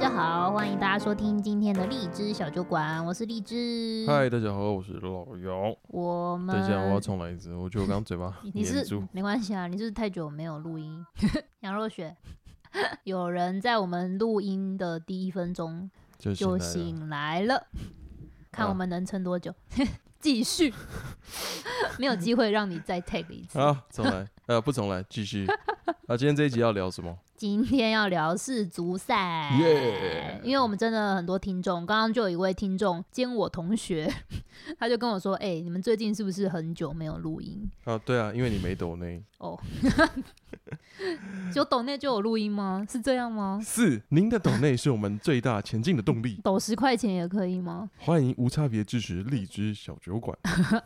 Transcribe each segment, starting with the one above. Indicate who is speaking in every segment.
Speaker 1: 欢迎大家收听今天的荔枝小酒馆，我是荔枝。
Speaker 2: 嗨，大家好，我是老姚。
Speaker 1: 我们
Speaker 2: 等一下，我要重来一次。我觉得我刚刚嘴巴
Speaker 1: 你你
Speaker 2: 黏
Speaker 1: 是
Speaker 2: 住，
Speaker 1: 没关系啊，你是不是太久没有录音？ 杨若雪， 有人在我们录音的第一分钟
Speaker 2: 就
Speaker 1: 就
Speaker 2: 醒来了
Speaker 1: 醒来了，看我们能撑 多久，继续， 没有机会让你再 take 一次。
Speaker 2: 啊，重来，呃，不重来，继续。啊，今天这一集要聊什么？
Speaker 1: 今天要聊世足赛
Speaker 2: Yeah
Speaker 1: 因为我们真的很多听众，刚刚就有一位听众兼我同学， 他就跟我说：“哎、你们最近是不是很久没有录音？
Speaker 2: 啊，对啊，因为你没抖内，
Speaker 1: 有抖内就有录音吗？是这样吗？
Speaker 2: 是您的抖内是我们最大前进的动力。
Speaker 1: 抖十块钱也可以吗？
Speaker 2: 欢迎无差别支持荔枝小酒馆，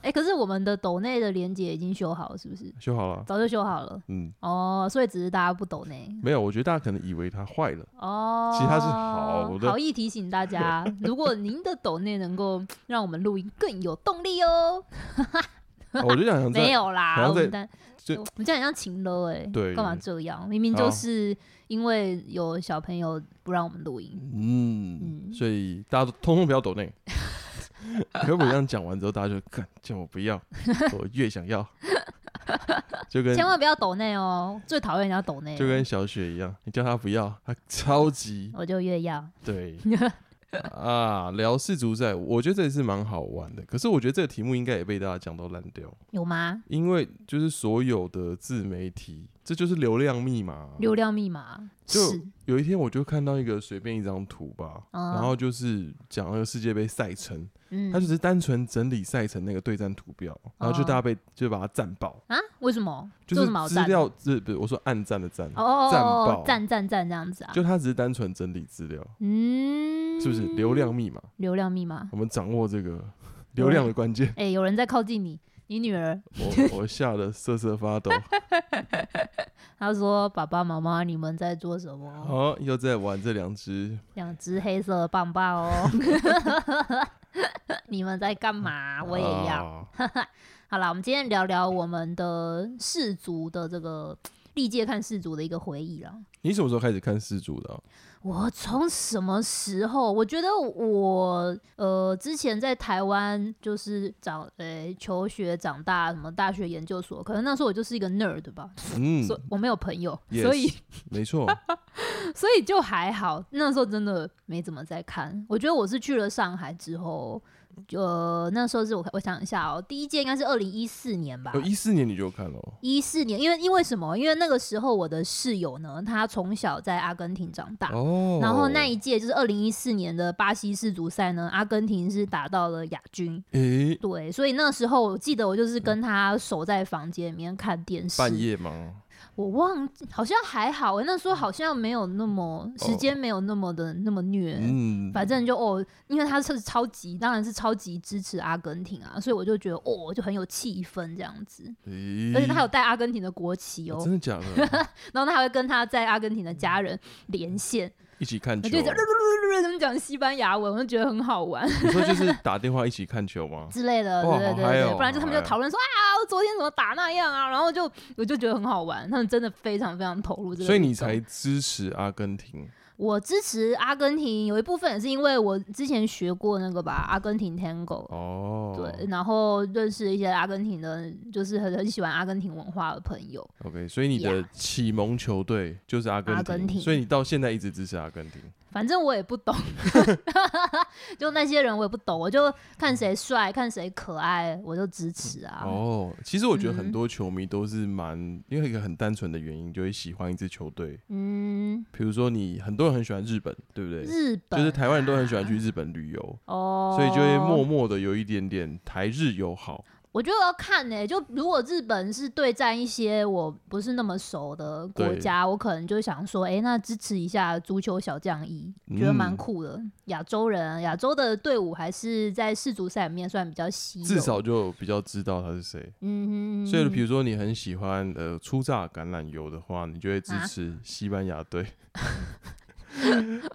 Speaker 1: 哎、可是我们的抖内的连接已经修好了，是不是？
Speaker 2: 修好了。
Speaker 1: 早就修好了
Speaker 2: 嗯，
Speaker 1: 哦，所以只是大家不抖内
Speaker 2: 没有，我觉得大家可能以为它坏了。
Speaker 1: 哦。
Speaker 2: 其他是好的
Speaker 1: 好意提醒大家，如果您的抖内能够让我们录音更有动力哦。
Speaker 2: 啊我就想 想
Speaker 1: 没
Speaker 2: 在，
Speaker 1: 有啦，
Speaker 2: 好像
Speaker 1: 我
Speaker 2: 在
Speaker 1: 们单
Speaker 2: 这
Speaker 1: 我们这样很像情了哎、
Speaker 2: 对嗯哦
Speaker 1: 干嘛这样？明明就
Speaker 2: 好
Speaker 1: 是因为有小朋友不让我们录音，
Speaker 2: 嗯，
Speaker 1: 嗯
Speaker 2: 所以大家都通通不要抖内。 可我这样讲完之后，大家就看，叫我不 要，我越想要，就跟
Speaker 1: 千万不要抖内哦，最讨厌人家抖内了，
Speaker 2: 就跟小雪一样，你叫她不要，她超级
Speaker 1: 我就越要。
Speaker 2: 对啊。聊世足赛，我觉得这也是蛮好玩的。可是我觉得这个题目应该也被大家讲到烂掉，
Speaker 1: 有吗？
Speaker 2: 因为就是所有的自媒体，这就是流量密码啊。
Speaker 1: 流量密码
Speaker 2: 就是有一天我就看到一个随便一张图吧，
Speaker 1: 嗯
Speaker 2: 然后就是讲那个世界杯赛程，
Speaker 1: 嗯
Speaker 2: 他就只是单纯整理赛程那个对战图标，然后就大家被就把它赞爆，
Speaker 1: 啊？为什么？
Speaker 2: 就
Speaker 1: 有
Speaker 2: 是
Speaker 1: 什么好
Speaker 2: 资
Speaker 1: 赞的？
Speaker 2: 料这不是我说暗赞的赞，
Speaker 1: 哦哦
Speaker 2: 赞
Speaker 1: 哦哦
Speaker 2: 爆，
Speaker 1: 赞赞赞这样子啊？
Speaker 2: 就他只是单纯整理资料，
Speaker 1: 嗯，
Speaker 2: 是不是流量密码？
Speaker 1: 流量密码？
Speaker 2: 我们掌握这个
Speaker 1: 流
Speaker 2: 流
Speaker 1: 量
Speaker 2: 量的关键。
Speaker 1: 哎、有人在靠近你，你女儿，
Speaker 2: 我我吓得瑟瑟 发抖。
Speaker 1: 她说：“爸爸妈妈，你们在做什么？”
Speaker 2: 好，又在玩这两只，
Speaker 1: 两只黑色的棒棒 哦。 你们在干嘛？我也要。
Speaker 2: 啊
Speaker 1: 好啦，我们今天聊聊我们的氏族的这个历届看氏族的一个回忆啦。
Speaker 2: 你什么时候开始看四组的啊？
Speaker 1: 我从什么时候？我觉得我呃，之前在台湾就是长呃、求学长大，什么大学研究所，可能那时候我就是一个 nerd 吧，
Speaker 2: 嗯，
Speaker 1: 所以我没有朋友
Speaker 2: Yes
Speaker 1: 所以
Speaker 2: 没错，
Speaker 1: 所以就还好，那时候真的没怎么在看。我觉得我是去了上海之后，呃，那时候是我我想一下哦，第一届应该是二零一四年吧
Speaker 2: 有。一四年你 就看了哦。
Speaker 1: 一四年，因为因为什么？因为那个时候我的室友呢，他从小在阿根廷长大，
Speaker 2: 哦
Speaker 1: 然后那一届就是二零一四年的巴西世足赛呢，阿根廷是打到了亚军。
Speaker 2: 诶，
Speaker 1: 对，所以那时候我记得我就是跟他守在房间里面看电视，
Speaker 2: 嗯半夜嗯吗？
Speaker 1: 我忘记，好像还好、欸，那时候好像没有那么时间，没有那么的、那么虐。
Speaker 2: 哦嗯，
Speaker 1: 反正就哦，因为他是超级，当然是超级支持阿根廷啊，所以我就觉得哦，就很有气氛这样子。
Speaker 2: 诶啊
Speaker 1: 而且他还有带阿根廷的国旗哦，
Speaker 2: 真的假的？
Speaker 1: 然后他还会跟他在阿根廷的家人连线，
Speaker 2: 一起看
Speaker 1: 我
Speaker 2: 球？啊
Speaker 1: 就 讲噜噜噜噜噜，他们讲西班牙文，我就觉得很好玩。
Speaker 2: 你说就是打电话一起看球吗？
Speaker 1: 之类的，
Speaker 2: 哇
Speaker 1: 对对对
Speaker 2: 好嗨
Speaker 1: 对，
Speaker 2: 哦
Speaker 1: 不然就他们就
Speaker 2: 好嗨哦
Speaker 1: 讨论说啊，昨天怎么打那样啊，然后就我就觉得很好玩，他们真的非常非常投入这个运动，
Speaker 2: 所以你才支持阿根廷？
Speaker 1: 我支持阿根廷，有一部分也是因为我之前学过那个吧，阿根廷 Tango，、
Speaker 2: 哦，
Speaker 1: 对，然后认识一些阿根廷的，就是很很喜欢阿根廷文化的朋友。
Speaker 2: OK，所以你的启蒙球队就是阿根
Speaker 1: 阿根廷
Speaker 2: 所以你到现在一直支持阿根廷。
Speaker 1: 反正我也不懂， 就那些人我也不懂，我就看谁帅，看谁可爱，我就支持啊。
Speaker 2: 哦，其实我觉得很
Speaker 1: 嗯
Speaker 2: 多球迷都是蛮，因为一个很单纯的原因，就会喜欢一支球队。
Speaker 1: 嗯，
Speaker 2: 比如说你很多人很喜欢日本，对不对？
Speaker 1: 日本啊
Speaker 2: 就是台湾人都很喜欢去日本旅游，
Speaker 1: 哦，
Speaker 2: 所以就会默默的有一点点台日友好。
Speaker 1: 我觉得要看呢、就如果日本是对战一些我不是那么熟的国家，我可能就想说，哎、那支持一下足球小将一，
Speaker 2: 嗯
Speaker 1: 觉得蛮酷的。亚洲人，啊亚洲的队伍还是在世足赛里面算比较稀有，
Speaker 2: 至少就比较知道他是谁。
Speaker 1: 嗯哼，
Speaker 2: 所以，比如说你很喜欢呃初榨橄榄油的话，你就会
Speaker 1: 啊
Speaker 2: 支持西班牙 队。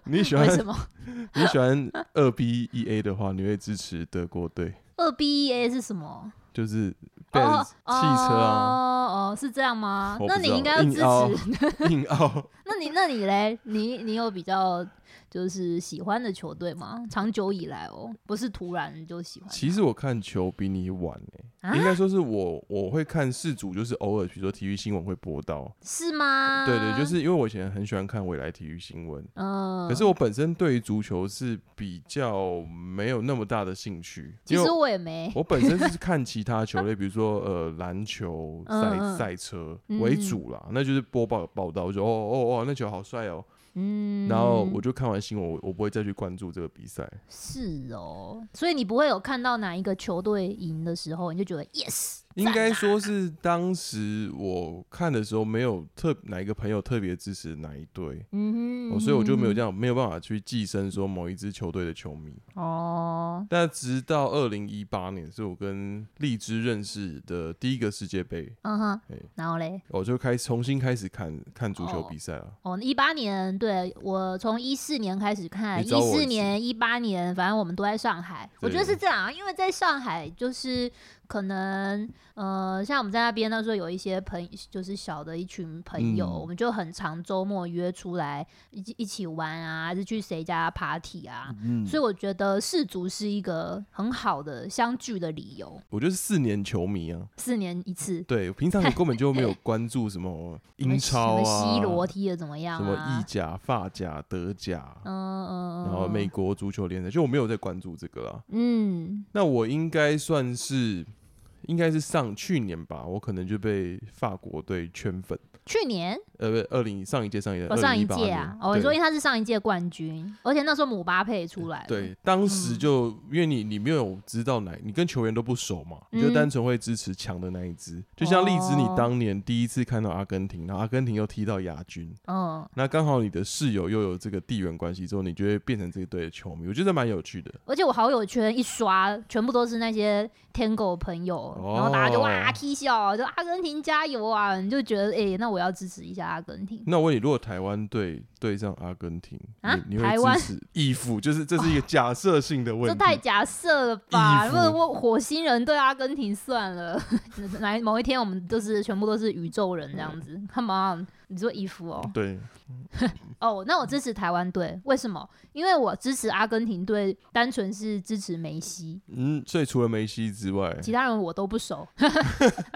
Speaker 2: 你喜欢
Speaker 1: 为什么？
Speaker 2: E 你喜欢二 B 一 A 的话，你会支持德国队。
Speaker 1: 二 B E A 是什么？
Speaker 2: 就是 b
Speaker 1: 哦
Speaker 2: e 汽车啊，
Speaker 1: 哦哦，是这样吗？
Speaker 2: 我不
Speaker 1: 那你
Speaker 2: 知道
Speaker 1: 应该要
Speaker 2: 硬
Speaker 1: 支
Speaker 2: 凹
Speaker 1: 持。
Speaker 2: 硬凹。
Speaker 1: 那你那你嘞？你你有比较就是喜欢的球队吗？长久以来哦，不是突然就喜欢
Speaker 2: 其实我看球比你晚哎、
Speaker 1: 啊
Speaker 2: 应该说是我我会看世足，就是偶尔比如说体育新闻会播到，
Speaker 1: 是吗？
Speaker 2: 对对，就是因为我以前很喜欢看未来体育新闻，
Speaker 1: 啊嗯。
Speaker 2: 可是我本身对于足球是比较没有那么大的兴趣，
Speaker 1: 其
Speaker 2: 因
Speaker 1: 实
Speaker 2: 为
Speaker 1: 我也没，
Speaker 2: 我本身是看其他球类，比如说呃篮球
Speaker 1: 嗯嗯
Speaker 2: 赛赛车为主啦，那就是播报报道，我就哦哦哦那球好帅哦，
Speaker 1: 嗯，
Speaker 2: 然后我就看完新闻，我我不会再去关注这个比赛。
Speaker 1: 是哦，所以你不会有看到哪一个球队赢的时候，你就觉得 yes，
Speaker 2: 应
Speaker 1: 赞
Speaker 2: 该
Speaker 1: 啦
Speaker 2: 说是当时我看的时候，没有特哪一个朋友特别支持哪一队，
Speaker 1: 嗯
Speaker 2: 哦，所以我就没有这样没有办法去寄生说某一支球队的球迷。
Speaker 1: 样嗯哦，
Speaker 2: 但直到二零一八年，是我跟荔枝认识的第一个世界杯，
Speaker 1: 嗯哼
Speaker 2: 哎，
Speaker 1: 然后嘞，
Speaker 2: 我就开重新开始看看足球
Speaker 1: 哦
Speaker 2: 比赛了。
Speaker 1: 哦，一八年，对我从一四年开始看，
Speaker 2: 你
Speaker 1: 一
Speaker 2: 找我
Speaker 1: 四
Speaker 2: 一次
Speaker 1: 年、一八年，反正我们都在上海。我觉得
Speaker 2: 对
Speaker 1: 是这样啊，因为在上海就是可能呃，像我们在那边那时候有一些朋，就是小的一群朋友，我
Speaker 2: 嗯
Speaker 1: 们就很常周末约出来一起一起玩啊，还是去谁家 party 啊。
Speaker 2: 嗯，
Speaker 1: 所以我觉得氏族是一个很好的相聚的理由，
Speaker 2: 我就是四年球迷啊，
Speaker 1: 四年一次。
Speaker 2: 对，平常我根本 就没有关注什
Speaker 1: 什
Speaker 2: 么
Speaker 1: 么
Speaker 2: 英超
Speaker 1: 什
Speaker 2: 啊、
Speaker 1: 么 C 罗踢的怎么样
Speaker 2: 什么
Speaker 1: 啊
Speaker 2: 意？甲、法甲、德甲，
Speaker 1: 嗯嗯嗯，
Speaker 2: 然后美
Speaker 1: 嗯
Speaker 2: 国足球联赛，就我没有在关注这个啦。
Speaker 1: 嗯，
Speaker 2: 那我应该算是，应该是上去年吧，我可能就被法国队圈粉。
Speaker 1: 去年
Speaker 2: 呃，不，二零上一届上一届，
Speaker 1: 我上一
Speaker 2: 2018
Speaker 1: 届啊
Speaker 2: 年，
Speaker 1: 哦，你
Speaker 2: 对
Speaker 1: 说因为他是上一届冠军，而且那时候姆巴佩也出来了，
Speaker 2: 对，当时
Speaker 1: 嗯
Speaker 2: 就、因为你你没有知道哪，你跟球员都不熟嘛，你就
Speaker 1: 嗯
Speaker 2: 单纯会支持强的那一支。就像荔枝，你
Speaker 1: 哦
Speaker 2: 当年第一次看到阿根廷，然后阿根廷又踢到亚军，
Speaker 1: 嗯，
Speaker 2: 那刚好你的室友又有这个地缘关系之后，你就会变成这个队的球迷，我觉得蛮有趣的。
Speaker 1: 而且我好友圈一刷，全部都是那些天狗朋友，然后大家就
Speaker 2: 哦
Speaker 1: 哇 K 笑，就阿根廷加油啊，你就觉得哎、那我要支持一下阿根廷，
Speaker 2: 那我问你，如果台湾队对上阿根廷，
Speaker 1: 啊
Speaker 2: 你你
Speaker 1: 台湾哦
Speaker 2: 会支持义父？就是这是一个假设性的问
Speaker 1: 这
Speaker 2: 题。
Speaker 1: 太假设了吧？
Speaker 2: 衣服
Speaker 1: 那我火星人对阿根廷算了， 来某一天我们就是全部都是宇宙人这
Speaker 2: 嗯
Speaker 1: 样子，Come on，你说衣服哦，
Speaker 2: 对，
Speaker 1: 哦，那
Speaker 2: 嗯
Speaker 1: 我支持台湾队，为什么？因为我支持阿根廷队，单纯是支持梅西，
Speaker 2: 嗯，所以除了梅西之外，
Speaker 1: 其他人我都不熟，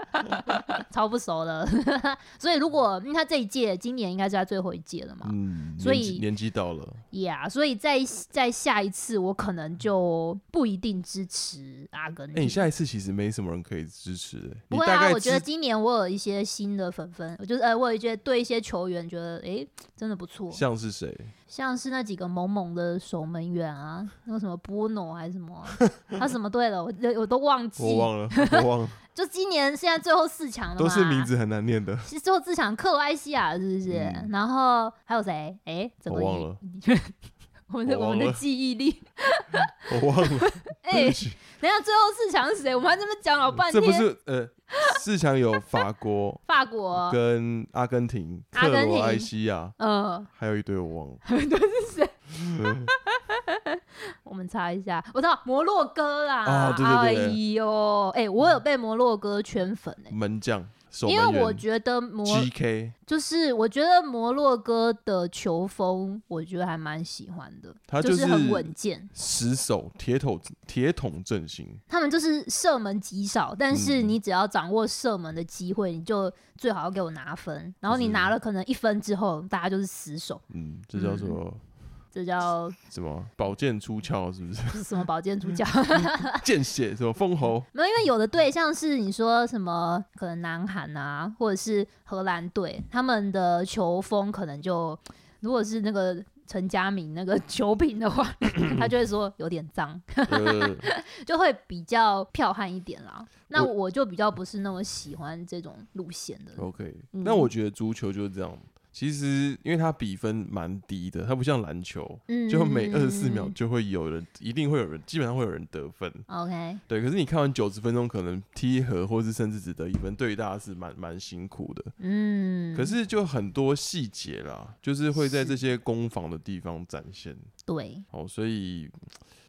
Speaker 1: 超不熟的。 所以如果因为他这一届，今年应该是他最后一届了嘛，
Speaker 2: 嗯，
Speaker 1: 所
Speaker 2: 年纪
Speaker 1: 以嗯
Speaker 2: 年纪到了，
Speaker 1: 呀、yeah,，所以在在下一次，我可能就不一定支持阿根
Speaker 2: 哎、
Speaker 1: 廷。
Speaker 2: 你下一次其实没什么人可以支持、欸，
Speaker 1: 不
Speaker 2: 你
Speaker 1: 会
Speaker 2: 大
Speaker 1: 啊，
Speaker 2: 概
Speaker 1: 我觉
Speaker 2: 知
Speaker 1: 得今年我有一些新的粉粉，我就是呃，我有一些对一些球员觉得，诶，真的不错，
Speaker 2: 像是谁？
Speaker 1: 像是那几个萌萌的守门员啊，那个什么波诺还是什么 啊、他什么队了，我我都忘记。
Speaker 2: 我忘了，我忘了，
Speaker 1: 就今年现在最后四强了嘛，
Speaker 2: 都是名。字很难念的。
Speaker 1: 其实最后四强克罗埃西亚是不是？
Speaker 2: 嗯
Speaker 1: 然后还有谁？诶，怎么
Speaker 2: 我忘了
Speaker 1: 你？ 我们的
Speaker 2: 我
Speaker 1: 我
Speaker 2: 忘
Speaker 1: 们
Speaker 2: 了
Speaker 1: 的记忆 力，
Speaker 2: 我 忘了，
Speaker 1: 诶，
Speaker 2: 对不起
Speaker 1: 等一下最后四强是谁？我们还这边讲老哎半
Speaker 2: 这
Speaker 1: 天。
Speaker 2: 不是呃，四强有法国
Speaker 1: 法国，
Speaker 2: 跟阿根廷、
Speaker 1: 哦阿
Speaker 2: 克
Speaker 1: 根
Speaker 2: 罗埃
Speaker 1: 廷
Speaker 2: 西亚，
Speaker 1: 呃，
Speaker 2: 还有一堆我忘了。
Speaker 1: 我们查一下，我知道摩洛哥啦。
Speaker 2: 啊对对对
Speaker 1: 哎呦，诶，我有被摩洛哥圈粉诶，
Speaker 2: 门将、守
Speaker 1: 因
Speaker 2: 门
Speaker 1: 为我
Speaker 2: 员、
Speaker 1: 觉得摩
Speaker 2: GK，
Speaker 1: 就是我觉得摩洛哥的球风，我觉得还蛮喜欢的，
Speaker 2: 他
Speaker 1: 就是很稳健。
Speaker 2: 死守铁桶铁桶阵型。
Speaker 1: 他们就是射门极少，但是
Speaker 2: 嗯
Speaker 1: 你只要掌握射门的机会，你就最好要给我拿分。然后你
Speaker 2: 就是
Speaker 1: 拿了可能一分之后，大家就是死守，
Speaker 2: 嗯，这叫
Speaker 1: 嗯
Speaker 2: 做
Speaker 1: 这叫
Speaker 2: 什么？宝剑出鞘是不 是？
Speaker 1: 是什么保健主角？
Speaker 2: 见血什么封喉？
Speaker 1: 没有，因为有的队像是你说什么，可能南韩啊，或者是荷兰队，他们的球风可能就，如果是那个陈佳明那个 球评的话，他就会说有点脏。
Speaker 2: 呃，
Speaker 1: 就会比较剽悍一点啦。那
Speaker 2: 我哦
Speaker 1: 我就比较不是那么喜欢这种路线的。
Speaker 2: OK，、
Speaker 1: 嗯
Speaker 2: 那我觉得足球就是这样。其实，因为它比分蛮低的，它不像篮球，
Speaker 1: 嗯，
Speaker 2: 就每二十四秒就会有人，一定会有人，基本上会有人得分。
Speaker 1: OK，
Speaker 2: 对，可是你看完九十分钟，可能踢一和，或是甚至只得一分，对于大家是蛮蛮辛苦的。
Speaker 1: 嗯，
Speaker 2: 可是就很多细节啦，就是会在
Speaker 1: 是
Speaker 2: 这些攻防的地方展现。
Speaker 1: 对，
Speaker 2: 哦，所以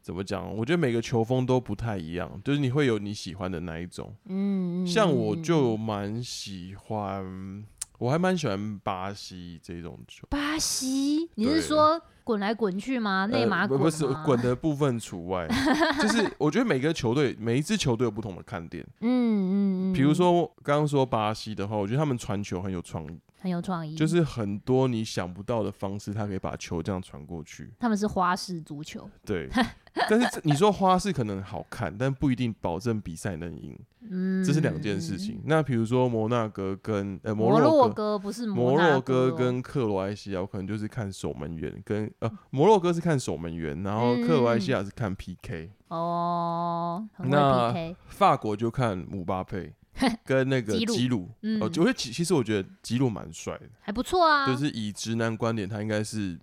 Speaker 2: 怎么讲？我觉得每个球风都不太一样，就是你会有你喜欢的那一种。
Speaker 1: 嗯，嗯
Speaker 2: 像我
Speaker 1: 嗯
Speaker 2: 就蛮喜欢，我还蛮喜欢巴西这种球。
Speaker 1: 巴西，你
Speaker 2: 对
Speaker 1: 是说滚来滚去吗？啊内
Speaker 2: 呃
Speaker 1: 马
Speaker 2: 不
Speaker 1: 滚
Speaker 2: 不是
Speaker 1: 吗
Speaker 2: 滚，的部分除 外，就是我觉得每个球队每一支球队有不同的看点。
Speaker 1: 嗯嗯嗯，
Speaker 2: 比如说刚刚说巴西的话，我觉得他们传球很有创意，
Speaker 1: 很有创意，
Speaker 2: 就是很多你想不到的方式，他可以把球这样传过去。
Speaker 1: 他们是花式足球，
Speaker 2: 对， 但是这你说花式可能好看，但不一定保证比赛能赢，
Speaker 1: 嗯，
Speaker 2: 这是两件事情。那比如说摩纳哥跟呃
Speaker 1: 摩
Speaker 2: 洛
Speaker 1: 洛哥不是
Speaker 2: 摩
Speaker 1: 纳
Speaker 2: 洛哥
Speaker 1: 哦
Speaker 2: 跟克罗埃西亚，我可能就是看守门员跟
Speaker 1: 嗯
Speaker 2: 呃摩洛哥是看守门员，然后克罗埃西亚是看 PK，、
Speaker 1: 哦，很会
Speaker 2: 那
Speaker 1: PK，
Speaker 2: 法国就看姆巴 佩跟那个
Speaker 1: 吉鲁
Speaker 2: 吉鲁。
Speaker 1: 嗯
Speaker 2: 哦，我觉得其其实我觉得吉鲁蛮帅的，
Speaker 1: 还不错啊。
Speaker 2: 就是以直男观点，他应该是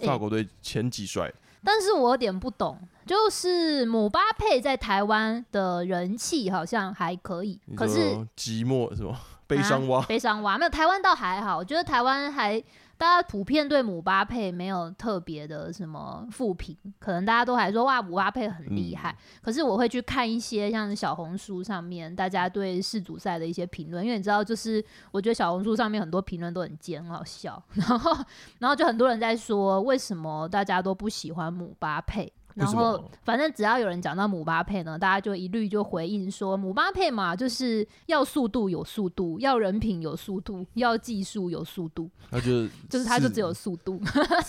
Speaker 2: 法国队前几帅。
Speaker 1: 但是我有点不懂，就是姆巴佩在台湾的人气好像还可以，
Speaker 2: 你
Speaker 1: 可是
Speaker 2: 说寂寞什么悲伤 蛙
Speaker 1: 啊、？悲伤蛙没有台湾倒还好，我觉得台湾还大家普遍对姆巴佩没有特别的什么负评，可能大家都还说哇姆巴佩很厉害。
Speaker 2: 嗯
Speaker 1: 可是我会去看一些像是小红书上面大家对世足赛的一些评论，因为你知道，就是我觉得小红书上面很多评论都很尖，很好笑。 然后然后就很多人在说为什么大家都不喜欢姆巴佩。
Speaker 2: 为
Speaker 1: 然
Speaker 2: 什么
Speaker 1: 后，反正只要有人讲到姆巴佩呢，大家就一律就回应说，姆巴佩嘛，就是要速度有速度，要人品有速度，要技术有速度，
Speaker 2: 他就
Speaker 1: 就是他就只有速度。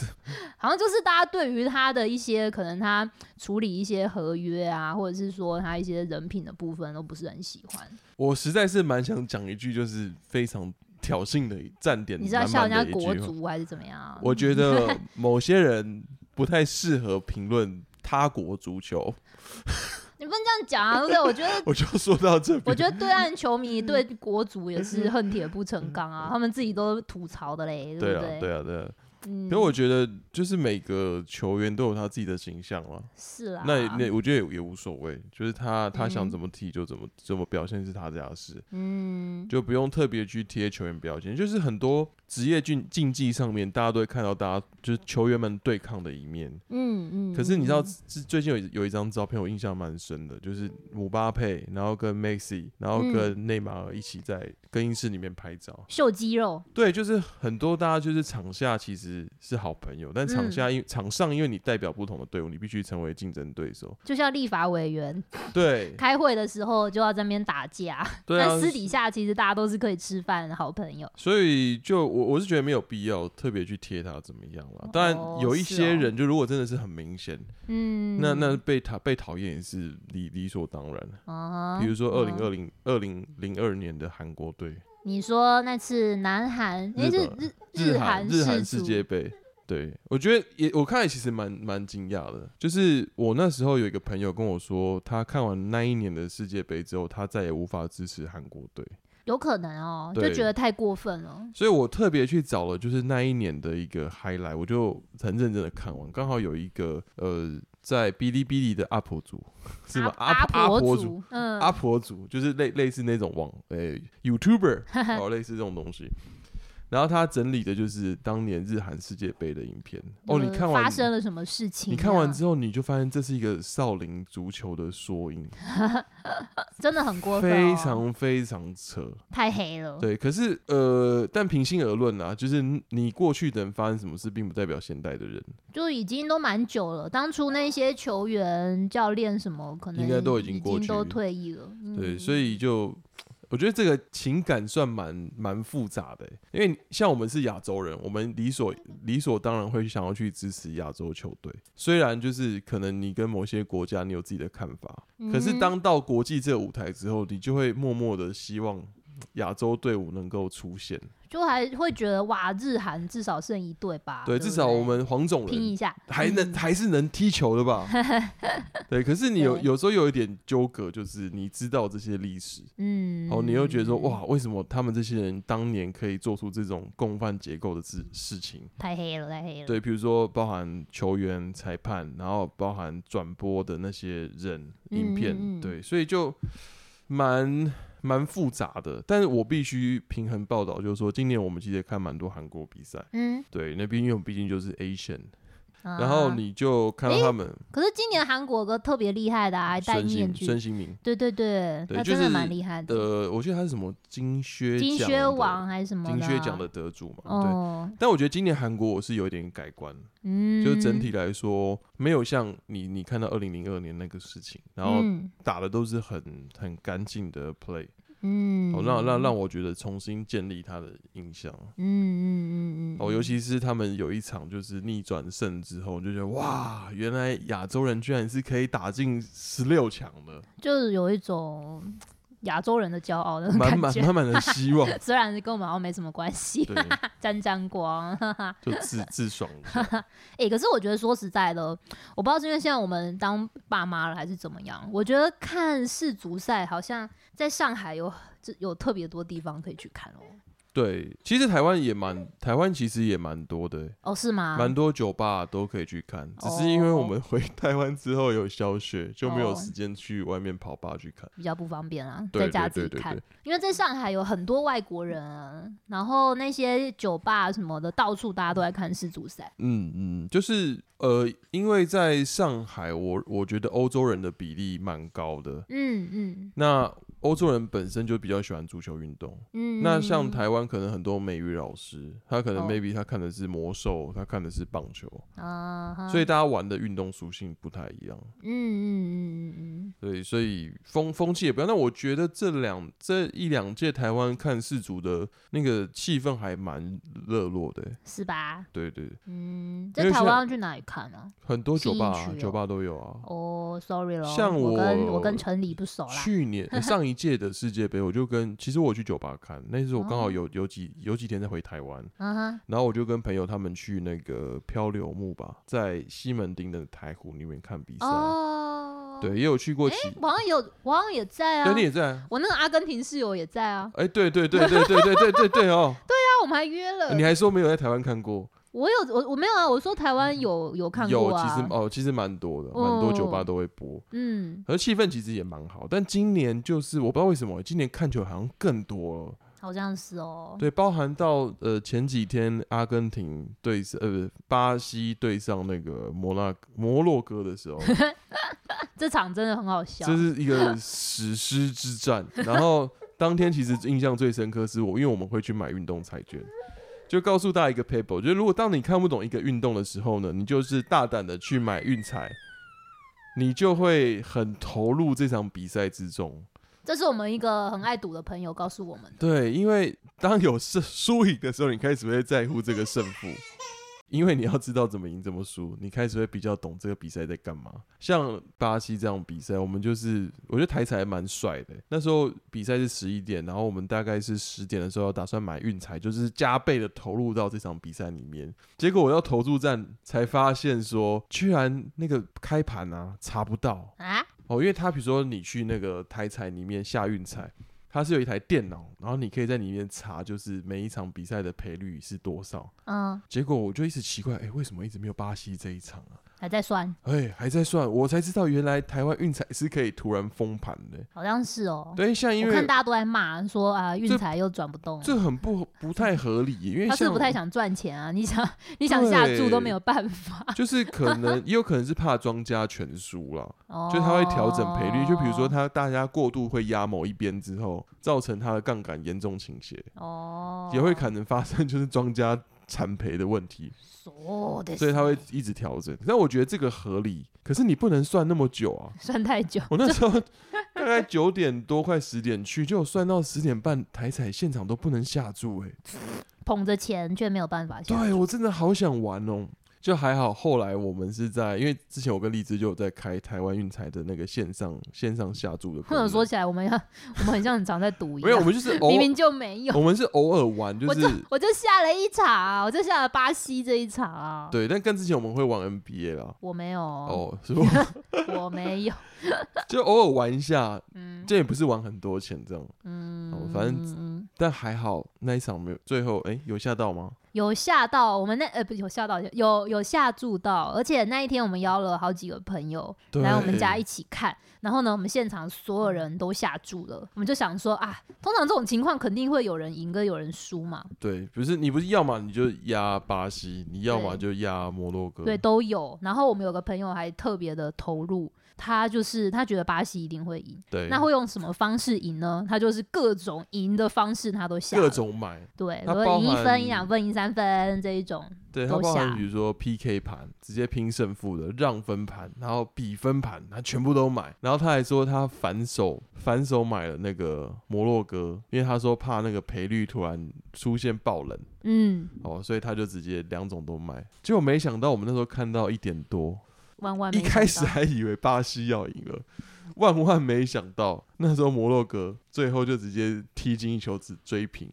Speaker 1: 好像就是大家对于他的一些可能他处理一些合约啊，或者是说他一些人品的部分都不是很喜欢。
Speaker 2: 我实在是蛮想讲一句，就是非常挑衅的站点，
Speaker 1: 你是要笑人
Speaker 2: 嗯满
Speaker 1: 家
Speaker 2: 满
Speaker 1: 国
Speaker 2: 的一句话。
Speaker 1: 足还是怎么样啊？
Speaker 2: 我觉得某些人不太适合评论他国足球，
Speaker 1: 你不能这样讲啊！对不对，我觉得
Speaker 2: 我就说到这
Speaker 1: 我
Speaker 2: 边。
Speaker 1: 觉得对岸球迷对国足也是恨铁不成钢啊，他们自己都吐槽的嘞，
Speaker 2: 对
Speaker 1: 不
Speaker 2: 啊，对啊，对啊。
Speaker 1: 嗯
Speaker 2: 因为，我觉得就是每个球员都有他自己的形象嘛，
Speaker 1: 是啦。
Speaker 2: 那也那我觉得也也无所谓，就是他他想
Speaker 1: 嗯
Speaker 2: 怎么踢就怎么怎么表现是他家的事，
Speaker 1: 嗯，
Speaker 2: 就不用特别去贴球员标签。就是很多职业竞竞技上面，大家都会看到大家就是球员们对抗的一面。
Speaker 1: 嗯嗯。
Speaker 2: 可是你知道，
Speaker 1: 嗯
Speaker 2: 最最近有一有一张照片，我印象蛮深的，就是姆巴佩，然后跟 Maxi，然后
Speaker 1: 嗯
Speaker 2: 跟内马尔一起在更衣室里面拍照。
Speaker 1: 秀肌肉，
Speaker 2: 对，就是很多大家就是场下其实是好朋友，但场
Speaker 1: 嗯
Speaker 2: 下因、场上因为你代表不同的队伍，你必须成为竞争对手。
Speaker 1: 就像立法委员
Speaker 2: 对，
Speaker 1: 开会的时候就要在那边打架，
Speaker 2: 对啊
Speaker 1: 但，私底下其实大家都是可以吃饭的好朋友。
Speaker 2: 所以就我我是觉得没有必要特别去贴他怎么样啦。当然
Speaker 1: 哦
Speaker 2: 有一
Speaker 1: 是
Speaker 2: 些
Speaker 1: 哦
Speaker 2: 人就如果真的是很明显，
Speaker 1: 嗯，
Speaker 2: 那那被讨被讨厌也是理理所当然。
Speaker 1: 啊
Speaker 2: 比如说二零
Speaker 1: 嗯
Speaker 2: 二零二零零二年的韩国队，
Speaker 1: 哦你说那次南韩，诶
Speaker 2: 日
Speaker 1: 日
Speaker 2: 本
Speaker 1: 日
Speaker 2: 日韩
Speaker 1: 韩
Speaker 2: 日韩
Speaker 1: 世
Speaker 2: 世
Speaker 1: 足
Speaker 2: 界杯。对，我觉得也我看了其实蛮蛮惊讶的，就是我那时候有一个朋友跟我说，他看完那一年的世界杯之后，他再也无法支持韩国队，
Speaker 1: 有可能哦，就
Speaker 2: 对
Speaker 1: 觉得太过分了。
Speaker 2: 所以我特别去找了就是那一年的一个 highlight，我就很认真的看完，刚好有一个呃在哔哩哔哩的 UP 主是吗？
Speaker 1: 阿阿
Speaker 2: 阿
Speaker 1: 婆
Speaker 2: 主。
Speaker 1: 族，嗯，
Speaker 2: 阿婆主，就是类类似那种网诶、YouTuber，哦，类似这种东西。然后他整理的就是当年日韩世界杯的影片。哦，你
Speaker 1: 呃
Speaker 2: 看完
Speaker 1: 发生了什么事情？啊
Speaker 2: 你看完
Speaker 1: 这样
Speaker 2: 之后，你就发现这是一个少林足球的缩影，
Speaker 1: 真的很过分、哦，
Speaker 2: 非常非常扯。
Speaker 1: 太黑了。
Speaker 2: 对，可是呃，但平心而论啊，就是你过去的人发生什么事，并不代表现代的人
Speaker 1: 就已经都蛮久了。当初那些球员、教练什么，可能
Speaker 2: 应该都已经过去
Speaker 1: 都退役了。嗯
Speaker 2: 对，所以就我觉得这个情感算蛮蛮复杂的欸，因为像我们是亚洲人，我们理所理所当然会想要去支持亚洲球队。虽然就是可能你跟某些国家你有自己的看法，
Speaker 1: 嗯
Speaker 2: 可是当到国际这个舞台之后，你就会默默的希望亚洲队伍能够出现。
Speaker 1: 就还会觉得哇，日韩至少剩一队吧。
Speaker 2: 对，
Speaker 1: 啊不
Speaker 2: 至少我们黄种
Speaker 1: 拼一嗯
Speaker 2: 人。
Speaker 1: 下，
Speaker 2: 还能还是能踢球的 吧？对，可是你有
Speaker 1: 对
Speaker 2: 有时候有一点纠葛，就是你知道这些历史，
Speaker 1: 嗯，
Speaker 2: 哦，你又觉得说哇，为什么他们这些人当年可以做出这种共犯结构的事事情？
Speaker 1: 太黑了，太黑了。
Speaker 2: 对，比如说包含球员、裁判，然后包含转播的那些人、影片，
Speaker 1: 嗯嗯嗯
Speaker 2: 对，所以就蛮蛮复杂的。但是我必须平衡报道，就是说今年我们其实也看蛮多韩国比赛，
Speaker 1: 嗯，
Speaker 2: 对，那毕竟我们毕竟就是 Asian，
Speaker 1: 然
Speaker 2: 然后你就看到他们
Speaker 1: 啊可是今年韩国有个特别厉害的、啊，还戴
Speaker 2: 孙
Speaker 1: 面
Speaker 2: 兴
Speaker 1: 具
Speaker 2: 孙，兴民
Speaker 1: 对对对，
Speaker 2: 对
Speaker 1: 他
Speaker 2: 就
Speaker 1: 真的
Speaker 2: 是
Speaker 1: 蛮厉害的，
Speaker 2: 的，我记得他是什么金靴
Speaker 1: 金
Speaker 2: 奖
Speaker 1: 靴
Speaker 2: 的
Speaker 1: 王还是什么
Speaker 2: 金
Speaker 1: 啊
Speaker 2: 靴奖的，得主嘛。对，
Speaker 1: 哦，
Speaker 2: 但我觉得今年韩国我是有一点改观，
Speaker 1: 嗯，
Speaker 2: 就是整体来说没有像你你看到二零零二年那个事情，然后
Speaker 1: 嗯，
Speaker 2: 打的都是很很干净的 play，
Speaker 1: 嗯，
Speaker 2: 哦，让让让我觉得重新建立他的印象。
Speaker 1: 嗯，嗯嗯嗯嗯，
Speaker 2: 哦，尤其是他们有一场就是逆转胜之后，就觉得哇，原来亚洲人居然是可以打进十六强的，
Speaker 1: 就是有一种亚洲人的骄傲的
Speaker 2: 满
Speaker 1: 感
Speaker 2: 满
Speaker 1: 觉，
Speaker 2: 满满的希望，
Speaker 1: 虽然跟我们好像没什么关系，
Speaker 2: 对，
Speaker 1: 沾沾光。
Speaker 2: 就自自爽一下。
Speaker 1: 哎、可是我觉得说实在的，我不知道是因为现在我们当爸妈了还是怎么样，我觉得看世足赛好像在上海有这有特别多地方可以去看哦。
Speaker 2: 对，其实台湾也蛮，台湾其实也蛮多的、
Speaker 1: 哦，是吗？
Speaker 2: 蛮多酒吧都可以去看，
Speaker 1: 哦
Speaker 2: 只是因为我们回台湾之后有小雪，就没有时间去外面跑吧去看。
Speaker 1: 比较不方便啊，在
Speaker 2: 对
Speaker 1: 家
Speaker 2: 对
Speaker 1: 自己
Speaker 2: 对对
Speaker 1: 看。
Speaker 2: 对，
Speaker 1: 因为在上海有很多外国人啊，然后那些酒吧什么的，到处大家都在看世足赛。
Speaker 2: 嗯嗯，就是呃，因为在上海，我我觉得欧洲人的比例蛮高的，
Speaker 1: 嗯嗯
Speaker 2: 那欧洲人本身就比较喜欢足球运动。
Speaker 1: 嗯。
Speaker 2: 那像台湾可能很多美语老师，他可能
Speaker 1: 哦
Speaker 2: maybe 他看的是魔兽，他看的是棒球，
Speaker 1: 啊哈，
Speaker 2: 所以大家玩的运动属性不太一样。
Speaker 1: 嗯嗯嗯嗯
Speaker 2: 对，所以风风气也不要。那我觉得这两这一两届台湾看世足的那个气氛还蛮热络的、欸
Speaker 1: 嗯，是吧？
Speaker 2: 对对，
Speaker 1: 嗯，
Speaker 2: 因
Speaker 1: 在
Speaker 2: 为
Speaker 1: 台
Speaker 2: 现在
Speaker 1: 湾要去哪里看啊？
Speaker 2: 很多
Speaker 1: 吸
Speaker 2: 酒
Speaker 1: 引
Speaker 2: 吧、
Speaker 1: 区哦
Speaker 2: 酒吧都有啊。
Speaker 1: 哦、s o r r y 咯，
Speaker 2: 像
Speaker 1: 我跟
Speaker 2: 我
Speaker 1: 我跟陈李不熟啦。
Speaker 2: 去年、呃上一届的世界杯，我就跟其实我有去酒吧看，那时候我刚好
Speaker 1: 哦
Speaker 2: 有有几有几天在回台湾，
Speaker 1: 嗯哼，
Speaker 2: 然后我就跟朋友他们去那个漂流木吧，在西门町的台湖里面看比赛。
Speaker 1: 哦，，
Speaker 2: 对，也有去过几，
Speaker 1: 我好像有，我好像也在啊
Speaker 2: 对，你。也在啊。
Speaker 1: 我那个阿根廷室友也在啊，
Speaker 2: 哎、对对对对对对对对对哦！
Speaker 1: 对啊，我们还约了
Speaker 2: 你。还说没有在台湾看过？
Speaker 1: 我有，我我没有啊，我说台湾有有看
Speaker 2: 有，
Speaker 1: 过
Speaker 2: 其
Speaker 1: 啊。
Speaker 2: 实哦，其实蛮多的，蛮多酒吧
Speaker 1: 嗯
Speaker 2: 都会播，
Speaker 1: 嗯，
Speaker 2: 而气氛其实也蛮好。但今年就是我不知道为什么，今年看球好像更多了。
Speaker 1: 好像是哦。
Speaker 2: 对，包含到呃前几天阿根廷对上呃不是巴西对上那个摩纳摩洛哥的时候，
Speaker 1: 这场真的很好笑。
Speaker 2: 这是一个史诗之战。然后当天其实印象最深刻是我，因为我们会去买运动彩券。就告诉大家一个 paper，就是如果当你看不懂一个运动的时候呢，你就是大胆的去买运彩，你就会很投入这场比赛之中。
Speaker 1: 这是我们一个很爱赌的朋友告诉我们的。
Speaker 2: 对，因为当有胜输 赢的时候，你开始会在乎这个胜负，因为你要知道怎么赢怎么输，你开始会比较懂这个比赛在干嘛。像巴西这样比赛，我们就是我觉得台彩还蛮帅的。欸那时候比赛是十一点，然后我们大概是十点的时候打算买运彩，就是加倍的投入到这场比赛里面。结果我到投注站才发现说，居然那个开盘啊查不到，
Speaker 1: 啊，
Speaker 2: 哦，因为他比如说你去那个台彩里面下运彩，它是有一台电脑，然后你可以在里面查，就是每一场比赛的赔率是多少。
Speaker 1: 嗯，
Speaker 2: 结果我就一直奇怪，哎、为什么一直没有巴西这一场啊？
Speaker 1: 还在算，
Speaker 2: 哎、还在算，我才知道原来台湾运彩是可以突然封盘的。
Speaker 1: 好像是哦。
Speaker 2: 对，像因
Speaker 1: 我看
Speaker 2: 为
Speaker 1: 大家都在骂说啊，运彩又转不动。
Speaker 2: 这很不不太合理，因为
Speaker 1: 他是
Speaker 2: 像
Speaker 1: 不太想赚钱啊， 你想你想下注都没有办法，
Speaker 2: 就是可能 也有可能是怕庄家全输啦，
Speaker 1: 哦
Speaker 2: 就是他会调整赔率，就比如说他大家过度会压某一边之后，造成他的杠杆严重倾斜。
Speaker 1: 哦
Speaker 2: 也会可能发生就是庄家产赔的问 题，
Speaker 1: そうです，
Speaker 2: 所以他会一直调整。但我觉得这个合理，可是你不能算那么 久啊！
Speaker 1: 算太久，
Speaker 2: 我那时候大概九点多快十点去，就算到十点半台彩现场都不能下 注、欸，
Speaker 1: 捧着钱却没有办法下。
Speaker 2: 对啊我真的好想玩哦。就还好，后来我们是在，因为之前我跟荔枝就有在开台湾运彩的那个线上线上下注的功
Speaker 1: 或者
Speaker 2: 能，
Speaker 1: 说起来，我们要 我们很像很常在赌一
Speaker 2: 没有，我
Speaker 1: 样，
Speaker 2: 们就是偶
Speaker 1: 明明就没有。
Speaker 2: 我们是偶尔玩，就
Speaker 1: 我就是我就下了一场啊，我就下了巴西这一场啊。
Speaker 2: 对，但跟之前我们会玩 NBA 啦，
Speaker 1: 我没有，
Speaker 2: 哦，是不？
Speaker 1: 我没有，
Speaker 2: 就偶尔玩一下，
Speaker 1: 嗯
Speaker 2: 这也不是玩很多钱这样，
Speaker 1: 嗯
Speaker 2: 哦，反正
Speaker 1: 嗯
Speaker 2: 但还好那一场没有，最后哎、有吓到吗？
Speaker 1: 有吓到我们那呃不有吓到有有吓住到，而且那一天我们邀了好几个朋友
Speaker 2: 对
Speaker 1: 来我们家一起看，然后呢我们现场所有人都吓住了，我们就想说啊，通常这种情况肯定会有人赢跟有人输嘛，
Speaker 2: 对，不是你不是要么你就压巴西，你要么就压摩洛哥，
Speaker 1: 对，都有。然后我们有个朋友还特别的投入，他就是他觉得巴西一定会赢，
Speaker 2: 对，
Speaker 1: 那会用什么方式赢呢？他就是各种赢的方式他都下了，
Speaker 2: 各种买，
Speaker 1: 对，比
Speaker 2: 它
Speaker 1: 如说
Speaker 2: 包
Speaker 1: 赢一
Speaker 2: 含
Speaker 1: 分、赢两分、赢三分这一种，
Speaker 2: 对，它
Speaker 1: 都
Speaker 2: 包含
Speaker 1: 下
Speaker 2: 比如说 PK 盘，直接拼胜负的让分盘，然后比分盘，他全部都买。然后他还说他反手反手买了那个摩洛哥，因为他说怕那个赔率突然出现爆冷
Speaker 1: 嗯，
Speaker 2: 哦，所以他就直接两种都买。结果没想到我们那时候看到一点多，
Speaker 1: 万万
Speaker 2: 一
Speaker 1: 啊没想
Speaker 2: 开始
Speaker 1: 到
Speaker 2: 还以为巴西要赢了， 万万没想到那时候摩洛哥最后就直接踢进一球只追平，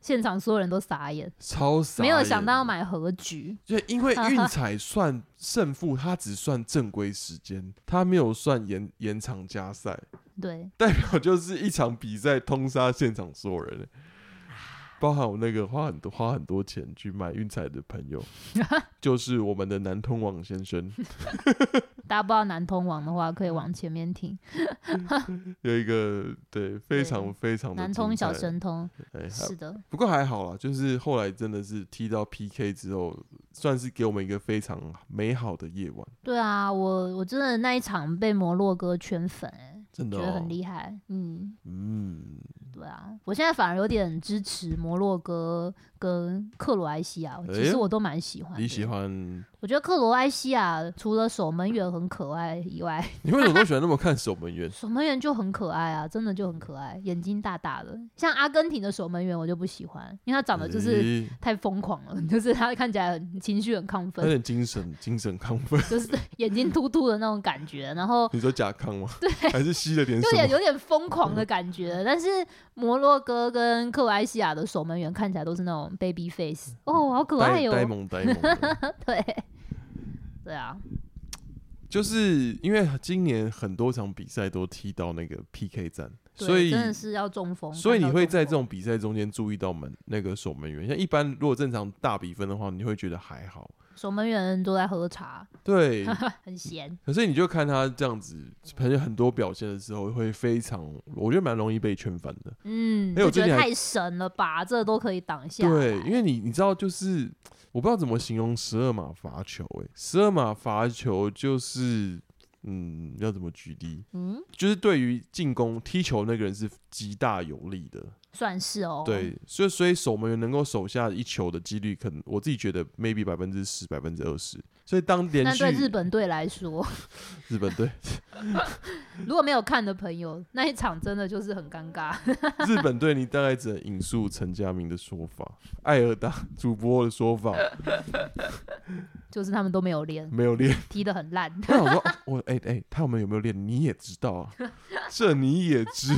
Speaker 1: 现场所有人都傻眼。
Speaker 2: 超傻。
Speaker 1: 没有想到要，买和局，
Speaker 2: 就因为运彩算胜负，它只算正规时间，它没有算延延长加赛，
Speaker 1: 对，
Speaker 2: 代表就是一场比赛通杀现场所有人。包含我那个花很多花很多钱去买运彩的朋 友，就是我们的南通王先生，
Speaker 1: 大家不知道南通网的话，可以往前面听。
Speaker 2: 有一个对非常非常的
Speaker 1: 南通
Speaker 2: 精
Speaker 1: 小
Speaker 2: 彩
Speaker 1: 神通，
Speaker 2: 哎还
Speaker 1: 是的，
Speaker 2: 不过还好啦，就是后来真的是踢到 PK 之后，算是给我们一个非常美好的夜晚，
Speaker 1: 对啊，我我真的那一场被摩洛哥圈粉、欸，
Speaker 2: 真的、
Speaker 1: 觉
Speaker 2: 哦，
Speaker 1: 得很厉害。嗯，
Speaker 2: 嗯，
Speaker 1: 对啊，我现在反而有点支持摩洛哥跟克罗埃西亚，其
Speaker 2: 哎
Speaker 1: 实
Speaker 2: 呦
Speaker 1: 我都蛮喜欢。
Speaker 2: 你喜？欢？
Speaker 1: 我觉得克罗埃西亚除了守门员很可爱以外，？
Speaker 2: 你为什么都喜欢那么看守门员
Speaker 1: 守门员就很可爱啊，真的就很可爱，眼睛大大的。像阿根廷的守门员我就不喜欢，因为他 长得就是
Speaker 2: 咦
Speaker 1: 太疯狂了， 就是他看起来很情绪很亢
Speaker 2: 有
Speaker 1: 奋，
Speaker 2: 点精神精神亢奋。
Speaker 1: 就是眼睛突突的那种感觉，然后
Speaker 2: 你说甲亢吗？对， 还是吸了点
Speaker 1: 有
Speaker 2: 什
Speaker 1: 点
Speaker 2: 么？
Speaker 1: 有点疯狂的感觉。但是摩洛哥跟克罗埃西亚的守门员看起来都是那种 baby face，哦，好可爱
Speaker 2: 呆
Speaker 1: 哟、
Speaker 2: 呆萌呆萌的，
Speaker 1: 对，对啊，
Speaker 2: 就是因为今年很多场比赛都踢到那个 PK 战，
Speaker 1: 对
Speaker 2: 所以
Speaker 1: 真的是要中风，
Speaker 2: 所以你会在
Speaker 1: 看到
Speaker 2: 这
Speaker 1: 中
Speaker 2: 种比赛中间注意到门那个守门员。像一般如果正常大比分的话，你会觉得还好。
Speaker 1: 风守门员都在喝茶，
Speaker 2: 对，
Speaker 1: 很闲。
Speaker 2: 可是你就看他这样子，朋友很多表现的时候，会非常，我觉得蛮容易被圈粉的。
Speaker 1: 嗯，
Speaker 2: 哎我
Speaker 1: 就觉
Speaker 2: 最近
Speaker 1: 得
Speaker 2: 还
Speaker 1: 太神了吧，这都可以挡下来。
Speaker 2: 对，因为你你知道，就是我不知道怎么形容十二码罚球、欸，十二码罚球就是，嗯，要怎么举例？
Speaker 1: 嗯，
Speaker 2: 就是对于进攻踢球那个人是极大有利的，
Speaker 1: 算是哦，，
Speaker 2: 对，所以所以守门员能够守下一球的几率，可能我自己觉得 maybe 百分之十、百分之二十。所以当连
Speaker 1: 但
Speaker 2: 续
Speaker 1: 对日本队来说，
Speaker 2: 日本队
Speaker 1: 如果没有看的朋友，那一场真的就是很尴尬。
Speaker 2: 日本队，你大概只能引述陈佳明的说法，艾尔达主播的说 法，
Speaker 1: 就是他们都没有练，
Speaker 2: 没有练。
Speaker 1: 踢得很烂。
Speaker 2: 那我说， 哦我哎哎、他们有没有练？你也知道 啊，这你也知。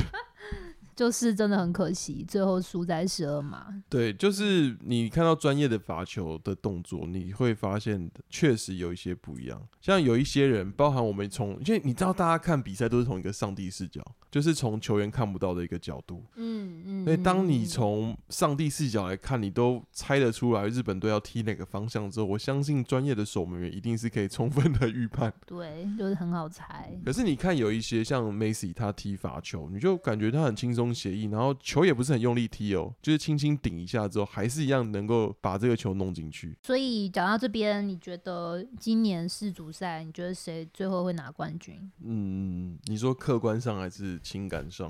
Speaker 1: 就是真的很可惜，最后输在十二码。
Speaker 2: 对，就是你看到专业的罚球的动作，你会发现确实有一些不一样。像有一些人，包含我们从，因为你知道，大家看比赛都是从一个上帝视角，就是从球员看不到的一个角度。
Speaker 1: 嗯嗯
Speaker 2: 所以当你从上帝视角来看，你都猜得出来日本队要踢哪个方向之后，我相信专业的守门员一定是可以充分的预判。
Speaker 1: 对，就是很好猜。
Speaker 2: 可是你看有一些像 Messi 他踢罚球，你就感觉他很轻松协意，然后球也不是很用力踢哦，就是轻轻顶一下之后，还是一样能够把这个球弄进去。
Speaker 1: 所以讲到这边，你觉得今年世足赛，你觉得谁最后会拿冠军？
Speaker 2: 嗯，你说客观上还是情感上？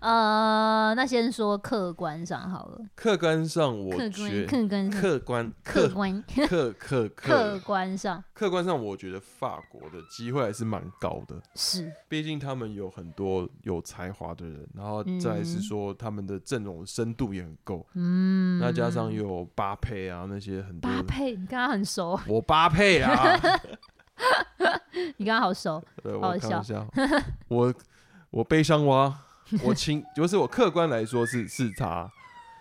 Speaker 1: 呃，那先说客观上好了，
Speaker 2: 客观上我
Speaker 1: 客
Speaker 2: 觉
Speaker 1: 观客观上
Speaker 2: 客观
Speaker 1: 客
Speaker 2: 客
Speaker 1: 观
Speaker 2: 客客
Speaker 1: 客
Speaker 2: 客
Speaker 1: 观上
Speaker 2: 客观上，我觉得法国的机会还是蛮高的。
Speaker 1: 是
Speaker 2: 毕竟他们有很多有才华的人，然后再来是
Speaker 1: 嗯
Speaker 2: 说他们的阵容深度也很够，
Speaker 1: 嗯，
Speaker 2: 那加上又有巴佩啊那些很多
Speaker 1: 巴佩，你跟他很熟，
Speaker 2: 我巴佩 啊，
Speaker 1: 你跟他好熟，
Speaker 2: 对
Speaker 1: 好
Speaker 2: 我
Speaker 1: 好
Speaker 2: 开玩笑，我我悲伤蛙，我情就是我客观来说是是他，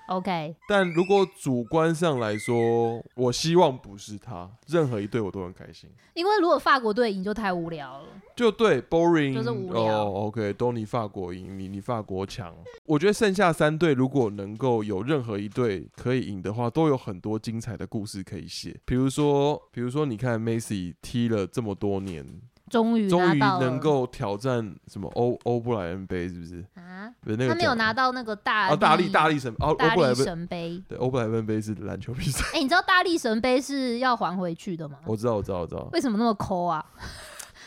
Speaker 1: OK，
Speaker 2: 但如果主观上来说，我希望不是他，任何一队我都很开心。
Speaker 1: 因为如果法国队赢就太无聊了。
Speaker 2: 就对，boring，
Speaker 1: 就是无聊
Speaker 2: 哦，OK，都你法国赢，你你法国强。我觉得剩下三队如果能够有任何一队可以赢的话，都有很多精彩的故事可以写。比如说，比如说，你看 Messi 踢了这么多年，
Speaker 1: 终于
Speaker 2: 终
Speaker 1: 拿
Speaker 2: 于
Speaker 1: 到了
Speaker 2: 能够挑战什么欧欧布莱恩杯，是不是？
Speaker 1: 啊，
Speaker 2: 不是那个
Speaker 1: 他没有
Speaker 2: 叫
Speaker 1: 拿到那个大
Speaker 2: 啊，大力大
Speaker 1: 力
Speaker 2: 力神哦，欧
Speaker 1: 大
Speaker 2: 布莱
Speaker 1: 力
Speaker 2: 恩杯，
Speaker 1: 神杯。
Speaker 2: 对，欧布莱恩杯是篮 球比赛。
Speaker 1: 哎、你知道大力神杯是要还回去的吗？
Speaker 2: 我知道，我知道，我知道。
Speaker 1: 为什么那么抠啊？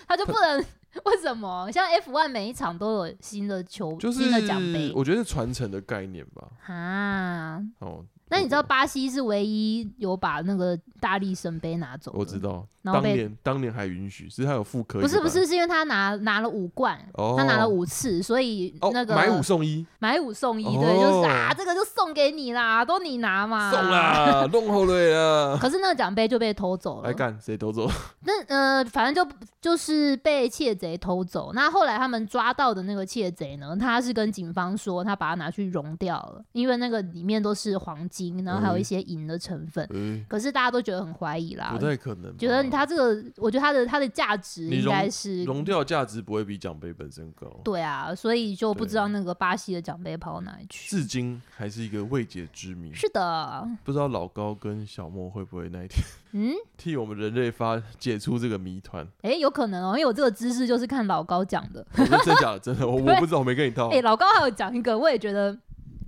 Speaker 1: 他就不能为什么？像 F1 每一场都有新的球、
Speaker 2: 就是
Speaker 1: 新的奖杯
Speaker 2: 我觉得是传承的概念吧。
Speaker 1: 啊。
Speaker 2: 哦，
Speaker 1: 那你知道
Speaker 2: 我？
Speaker 1: 巴西是唯一有把那个大力神杯拿走的？
Speaker 2: 我知道，
Speaker 1: 然后
Speaker 2: 当
Speaker 1: 被
Speaker 2: 年当年还允许，只是他有复刻一
Speaker 1: 不
Speaker 2: 个
Speaker 1: 是
Speaker 2: 版。
Speaker 1: 不是，是因为他拿拿了五冠，
Speaker 2: 哦
Speaker 1: 他拿了五次，所以
Speaker 2: 哦，
Speaker 1: 那个、
Speaker 2: 买五送一，
Speaker 1: 买五送一，
Speaker 2: 哦
Speaker 1: 对，就是啊，这个就送给你啦，都你拿嘛，
Speaker 2: 送。啦，弄好了啦。
Speaker 1: 可是那个奖杯就被偷走了，
Speaker 2: 来哎干，谁偷走？
Speaker 1: 那呃，反正就就是被窃贼偷走。那后来他们抓到的那个窃贼呢，他是跟警方说他把它拿去熔掉了，因为那个里面都是黄金，然后还有一些银的成分。
Speaker 2: 哎
Speaker 1: 可是大家都觉得很怀疑啦
Speaker 2: 嗯不，太可能吧。
Speaker 1: 啊觉得他这个，我觉得他的他的价值
Speaker 2: 你
Speaker 1: 应
Speaker 2: 熔
Speaker 1: 该是
Speaker 2: 融掉价值不会比奖杯本身高，
Speaker 1: 对啊，所以就不
Speaker 2: 对
Speaker 1: 知道那个巴西的奖杯跑到哪里去。
Speaker 2: 至今还是一个未解之谜。
Speaker 1: 是的，
Speaker 2: 不知道老高跟小莫会不会那 一天
Speaker 1: 嗯，
Speaker 2: 替我们人类发解出这个谜团？
Speaker 1: 诶，有可能哦，因为我这个知识就是看老高讲的。
Speaker 2: 我说真假的，真的，我我
Speaker 1: 对
Speaker 2: 不知道，我没跟你套
Speaker 1: 诶，。哎老高还有讲一个，我也觉得，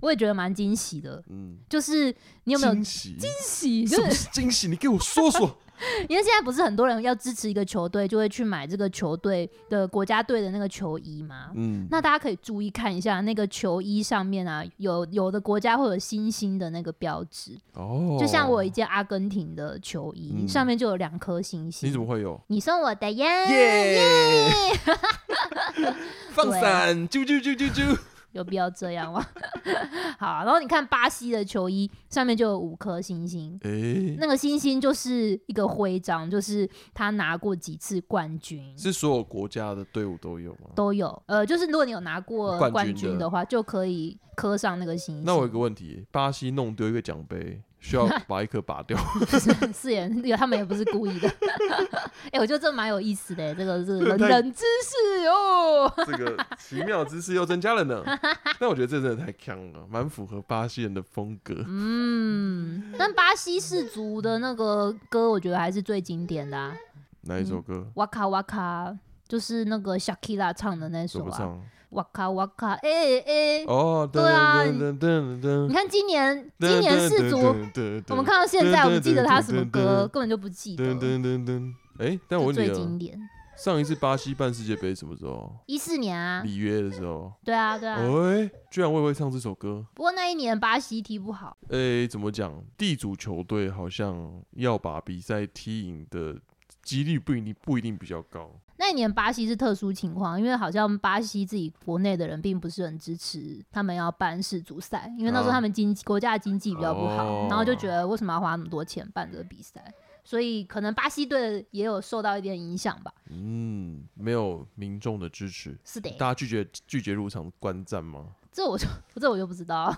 Speaker 1: 我也觉得蛮惊喜的，
Speaker 2: 嗯，
Speaker 1: 就是你有没有
Speaker 2: 惊喜？
Speaker 1: 惊喜？
Speaker 2: 什
Speaker 1: 就
Speaker 2: 么
Speaker 1: 是
Speaker 2: 是惊喜？你给我说说。
Speaker 1: 因为现在不是很多人要支持一个球队，就会去买这个球队的国家队的那个球衣吗？
Speaker 2: 嗯，
Speaker 1: 那大家可以注意看一下那个球衣上面啊，有有的国家会有星星的那个标志，
Speaker 2: 哦，
Speaker 1: 就像我有一，件阿根廷的球衣，
Speaker 2: 嗯
Speaker 1: 上面就有两颗星星。
Speaker 2: 你怎么会有？
Speaker 1: 你送我的呀
Speaker 2: 耶！ 放
Speaker 1: 对
Speaker 2: 伞，啾啾啾啾啾。
Speaker 1: 有必要这样吗？ 好啊、然后你看巴西的球衣上面就有五颗星星，
Speaker 2: 诶，
Speaker 1: 那个星星就是一个徽章，就是他拿过几次冠军
Speaker 2: 是所有国家的队伍都有吗？
Speaker 1: 都有。呃，就是如果你有拿过
Speaker 2: 冠军的
Speaker 1: 冠军的话，就可以刻上那个星星。
Speaker 2: 那我有个问题，巴西弄丢一个奖杯，需要把一颗拔掉，
Speaker 1: 四眼，他们也不是故意的。 哎、我觉得这蛮有意思的，这个这个
Speaker 2: 这
Speaker 1: 冷
Speaker 2: 太
Speaker 1: 冷知识哦。
Speaker 2: 这个奇妙知识又增加了 呢。但我觉得这真的太强了，蛮符合巴西人的风格。
Speaker 1: 嗯，但巴西氏族的那个歌，我觉得还是最经典的、啊。
Speaker 2: 哪一首歌？
Speaker 1: 哇卡哇卡，就是那个 Shakira 唱的那
Speaker 2: 怎
Speaker 1: 首
Speaker 2: 么
Speaker 1: 啊，
Speaker 2: 唱？
Speaker 1: 哇卡哇卡，哎、哎、
Speaker 2: 哦，
Speaker 1: 对啊
Speaker 2: 噔噔噔噔
Speaker 1: 你
Speaker 2: 噔。
Speaker 1: 看今年今年氏族，我
Speaker 2: 我
Speaker 1: 们看到现在，我们记得他什么歌，根本就不记得
Speaker 2: 噔。噔噔噔。哎，但我
Speaker 1: 就
Speaker 2: 问
Speaker 1: 最
Speaker 2: 你
Speaker 1: 经
Speaker 2: 了，
Speaker 1: 典，
Speaker 2: 上一次巴西办世界杯什么时候？
Speaker 1: 一四年啊，
Speaker 2: 里约的时候。
Speaker 1: 对啊对啊。
Speaker 2: 哎，居然我也会唱这首歌。
Speaker 1: 不过那一年巴西踢不好，
Speaker 2: 诶，怎么讲？地主球队好像要把比赛踢赢的几率不一定不一定比较高。
Speaker 1: 那一年巴西是特殊情况，因为好像巴西自己国内的人并不是很支持他们要办世足赛，因为那时候
Speaker 2: 啊
Speaker 1: 他们经济国家的经济比较不好，
Speaker 2: 哦
Speaker 1: 然后就觉得为什么要花那么多钱办这个比赛，所以可能巴西队也有受到一点影响吧。
Speaker 2: 嗯，没有民众的支持，
Speaker 1: 是的，
Speaker 2: 大家拒绝拒绝入场观战吗？
Speaker 1: 这我就 这我就不知道。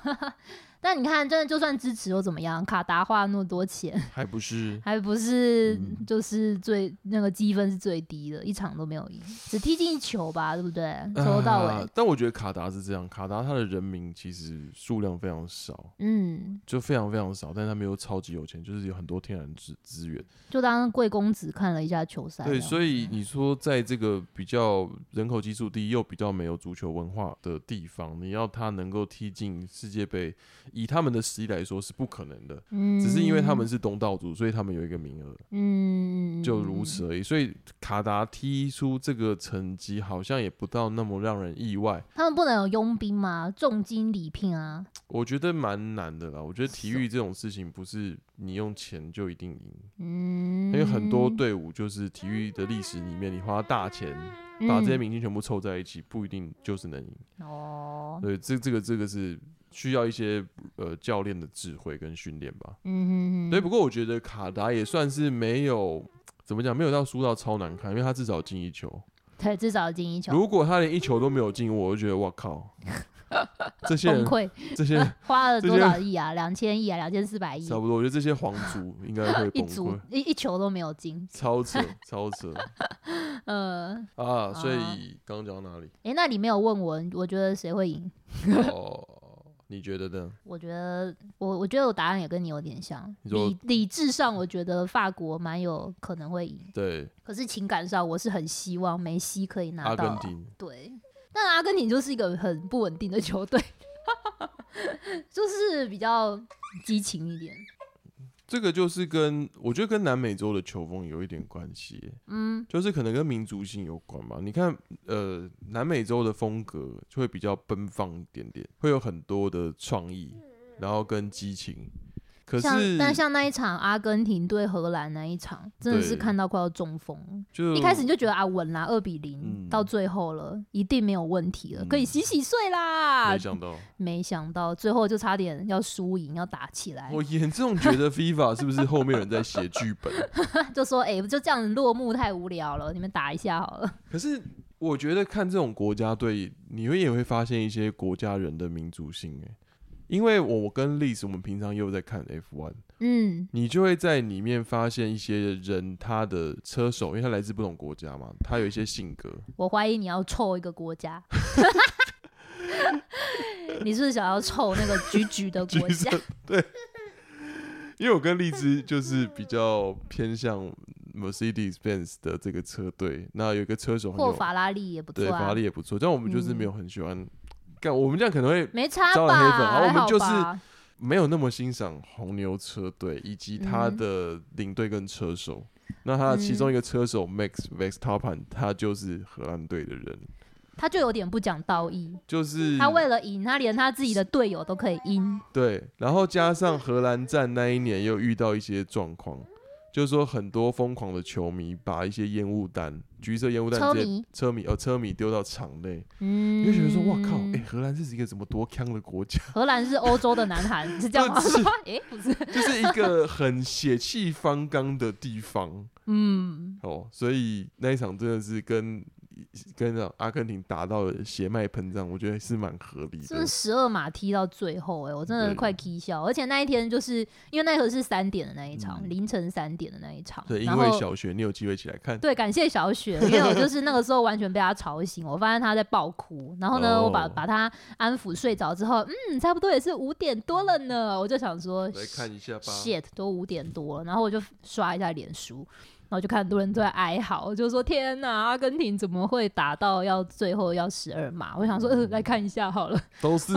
Speaker 1: 但你看，真的就算支持又怎么样？卡达花那么多钱，
Speaker 2: 还不是
Speaker 1: 还不是
Speaker 2: 嗯
Speaker 1: 就是最、那个积分是最低的，一场都没有赢，只踢进一球吧，对不对？ 从头到尾，
Speaker 2: 啊但我觉得卡达是这样，卡达他的人民其实数量非常少，
Speaker 1: 嗯，
Speaker 2: 就非常非常少，但他们又超级有钱，就是有很多天然资资源。
Speaker 1: 就当贵公子看了一下球赛。
Speaker 2: 对，所
Speaker 1: 以
Speaker 2: 以你说在这个比较人口基数低又比较没有足球文化的地方，你要他能够踢进世界杯，以他们的实力来说是不可能的。
Speaker 1: 嗯
Speaker 2: 只是因为他们是东道主，所以他们有一个名额，
Speaker 1: 嗯
Speaker 2: 就如此而已。所以卡达踢出这个成绩，好像也不到那么让人意外。
Speaker 1: 他们不能有佣兵吗？重金礼聘啊，
Speaker 2: 我觉得蛮难的啦。我觉得体
Speaker 1: 是
Speaker 2: 育这种事情不是你用钱就一定赢，
Speaker 1: 嗯，
Speaker 2: 因为很多队伍就是体育的历史里面，你花大钱把这些明星全部凑在一起，不一定就是能赢。
Speaker 1: 嗯哦，
Speaker 2: 对，这这个这个是需要一些呃教练的智慧跟训练吧。
Speaker 1: 嗯哼哼，
Speaker 2: 对，不过我觉得卡达也算是没有怎么讲，没有到输到超难看，因为他至少进一球。
Speaker 1: 对，至少进一球。
Speaker 2: 如果他连一球都没有进，我就觉得哇靠，这些
Speaker 1: 崩
Speaker 2: 人，
Speaker 1: 溃，
Speaker 2: 这些人
Speaker 1: 花了
Speaker 2: 这
Speaker 1: 多
Speaker 2: 些
Speaker 1: 少亿啊？两千亿啊？两千四百亿
Speaker 2: 差，不多，我觉得这些皇族应该会
Speaker 1: 一
Speaker 2: 崩
Speaker 1: 组
Speaker 2: 溃，
Speaker 1: 一一球都没有进。
Speaker 2: 超扯，超扯
Speaker 1: 嗯，
Speaker 2: 啊！所
Speaker 1: 啊
Speaker 2: 以刚刚讲到哪 里？
Speaker 1: 诶，那你没有问我，我觉得谁会赢？
Speaker 2: 哦，你觉得呢？
Speaker 1: 我觉得我我觉得我答案也跟你有点像，
Speaker 2: 你说
Speaker 1: 理理智上我觉得法国蛮有可能会赢，
Speaker 2: 对，
Speaker 1: 可是情感上我是很希望梅西可以拿
Speaker 2: 阿
Speaker 1: 到
Speaker 2: 根
Speaker 1: 啊。
Speaker 2: 廷，
Speaker 1: 对，但阿根廷就是一个很不稳定的球队， 就是比较激情一点。
Speaker 2: 这个就是跟我觉得跟南美洲的球风有一点关系耶，
Speaker 1: 嗯，
Speaker 2: 就是可能跟民族性有关吧。你看，呃，南美洲的风格就会比较奔放一点点，会有很多的创意，然后跟激情。可
Speaker 1: 嗯像
Speaker 2: 是，
Speaker 1: 但像那一场阿根廷对荷兰那一场，真的是
Speaker 2: 对
Speaker 1: 看到快要中风。
Speaker 2: 就
Speaker 1: 一开始你就觉得啊稳啦，二比零、
Speaker 2: 嗯
Speaker 1: 到最后了，一定没有问题了，可以
Speaker 2: 嗯
Speaker 1: 洗洗睡啦
Speaker 2: 没。想到，
Speaker 1: 没想到最后就差点要输赢，要打起来，
Speaker 2: 我严重觉得 FIFA 是不是后面有人在写剧本？
Speaker 1: 就说哎、诶就这样落幕太无聊了，你们打一下好了。
Speaker 2: 可是我觉得看这种国家队，你会也会发现一些国家人的民族性哎、因为我跟 Liz 我们平常也有在看 F1，
Speaker 1: 嗯，
Speaker 2: 你就会在里面发现一些人他的车手，因为他来自不同国家嘛，他有一些性格，
Speaker 1: 我怀疑你要臭一个国家。 你是不是想要臭那个橘橘的国家？
Speaker 2: 因为我跟荔枝就是比较偏向 Mercedes Benz 的这个车队，那有一个车手很
Speaker 1: 或
Speaker 2: 有
Speaker 1: 法嗯拉利也不
Speaker 2: 对
Speaker 1: 错
Speaker 2: 法
Speaker 1: 啊
Speaker 2: 拉，利也不错，但我们就是没有很喜欢。干、我们这样可能会
Speaker 1: 没差
Speaker 2: 招了黑粉
Speaker 1: 吧？
Speaker 2: 好我们
Speaker 1: 还好
Speaker 2: 就是
Speaker 1: 吧
Speaker 2: 没有那么欣赏红牛车队以及他
Speaker 1: 嗯
Speaker 2: 的领队跟车手。那他的其中一个车手 Max Verstappen，他就是荷兰队的人，
Speaker 1: 他就有点不讲道义。
Speaker 2: 就是
Speaker 1: 他为了赢，他连他自己的队友都可以赢。
Speaker 2: 对，然后加上荷兰站那一年又遇到一些状况，就是说很多疯狂的球迷把一些烟雾弹、橘色烟雾弹
Speaker 1: 车
Speaker 2: 直接
Speaker 1: 迷
Speaker 2: 车迷哦车迷丢到场内，
Speaker 1: 嗯，
Speaker 2: 你就觉得说哇靠，哎、荷兰是一个怎么多强的国家？
Speaker 1: 荷兰是欧洲的南韩，是这样吗
Speaker 2: 不 是？
Speaker 1: 哎，不是，
Speaker 2: 就是一个很血气方刚的地方
Speaker 1: 嗯，
Speaker 2: 哦，所以那一场真的是跟跟阿根廷打到了血脉喷张，我觉得是蛮合理
Speaker 1: 真的
Speaker 2: 的。
Speaker 1: 十二码踢到最后、哎，我真的
Speaker 2: 对
Speaker 1: 快踢笑。而且那一天就是因为那个是三点的那一场，
Speaker 2: 嗯
Speaker 1: 凌晨三点的那一场，
Speaker 2: 对，因
Speaker 1: 然
Speaker 2: 为
Speaker 1: 后
Speaker 2: 小学你有机会起来看，
Speaker 1: 对，感谢小雪，因为我就是 那个时候完全被她吵醒，我发现她在爆哭，然后呢，我把
Speaker 2: 哦
Speaker 1: 把她安抚睡着之后，嗯，差不多也是五点多了呢，我就想说
Speaker 2: 来看一下吧。
Speaker 1: ，shit，都五点多了，然后我就刷一下脸书，然后就看很多人都在哀嚎，就说天哪，阿根廷怎么会打到要最后要十二码？我想说，
Speaker 2: 嗯
Speaker 1: 呃，来看一下好了，
Speaker 2: 都是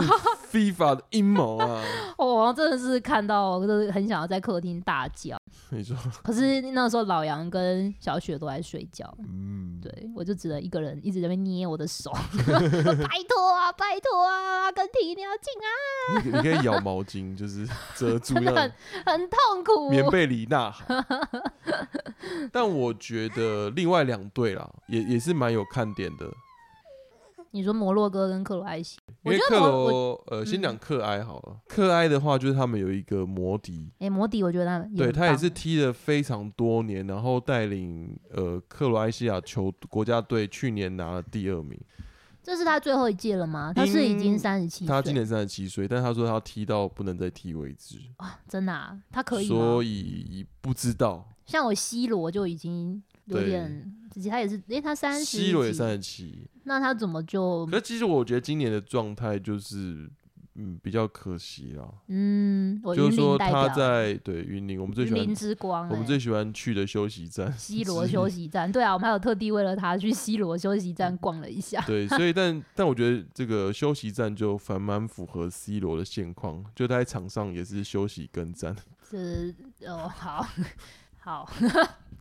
Speaker 2: FIFA 的阴谋啊！
Speaker 1: 哦我、真的是看到，我就是很想要在客厅大叫，
Speaker 2: 你说，
Speaker 1: 可是那时候老杨跟小雪都在睡觉。
Speaker 2: 嗯，
Speaker 1: 对，我就只能一个人一直在那边捏我的手， 拜托啊，拜托啊，阿根廷一定要进啊，
Speaker 2: 你你可以咬毛巾，就是 遮住，
Speaker 1: 真的
Speaker 2: 让
Speaker 1: 啊很痛 苦。
Speaker 2: 棉被里 呐喊。但我觉得另外两队啦，也也是蛮有看点的，
Speaker 1: 你说摩洛哥跟克罗埃西，
Speaker 2: 因
Speaker 1: 我
Speaker 2: 为
Speaker 1: 觉
Speaker 2: 克
Speaker 1: 得摩我嗯
Speaker 2: 罗，呃，先讲克埃好了。克埃的话，就是他们有一个摩迪，
Speaker 1: 哎、摩迪，我觉得他们
Speaker 2: 对
Speaker 1: 很
Speaker 2: 他也
Speaker 1: 棒
Speaker 2: 是踢了非常多年，然后带领呃克罗埃西亚球国家队去年拿了第二名。
Speaker 1: 这是他最后一届了吗？他是已经
Speaker 2: 因
Speaker 1: 三十七
Speaker 2: 嗯他今
Speaker 1: 岁，
Speaker 2: 年三十七岁，但他说他踢到不能再踢为止。
Speaker 1: 真的、啊，他可以吗
Speaker 2: 所？以不知道。
Speaker 1: 像我 C 罗就已经有
Speaker 2: 对
Speaker 1: 点，自己他也是，哎、他三十，
Speaker 2: C 罗也三，十七，
Speaker 1: 那他怎么就
Speaker 2: 可是其实我觉得今年的状态就是，嗯，比较可惜啦。
Speaker 1: 嗯，我
Speaker 2: 就
Speaker 1: 云
Speaker 2: 是
Speaker 1: 林
Speaker 2: 说
Speaker 1: 代表
Speaker 2: 他在对云林，我们最喜
Speaker 1: 云林
Speaker 2: 欢
Speaker 1: 之光、欸，，
Speaker 2: 我们最喜欢去的休息站
Speaker 1: 西罗休息 站，对啊，我们还有特地为了他去西罗休息站逛了一下。
Speaker 2: 对，所以但但我觉得这个休息站就反蛮符合 C 罗的现况，就他在场上也是休息跟战，
Speaker 1: 这哦，好 好，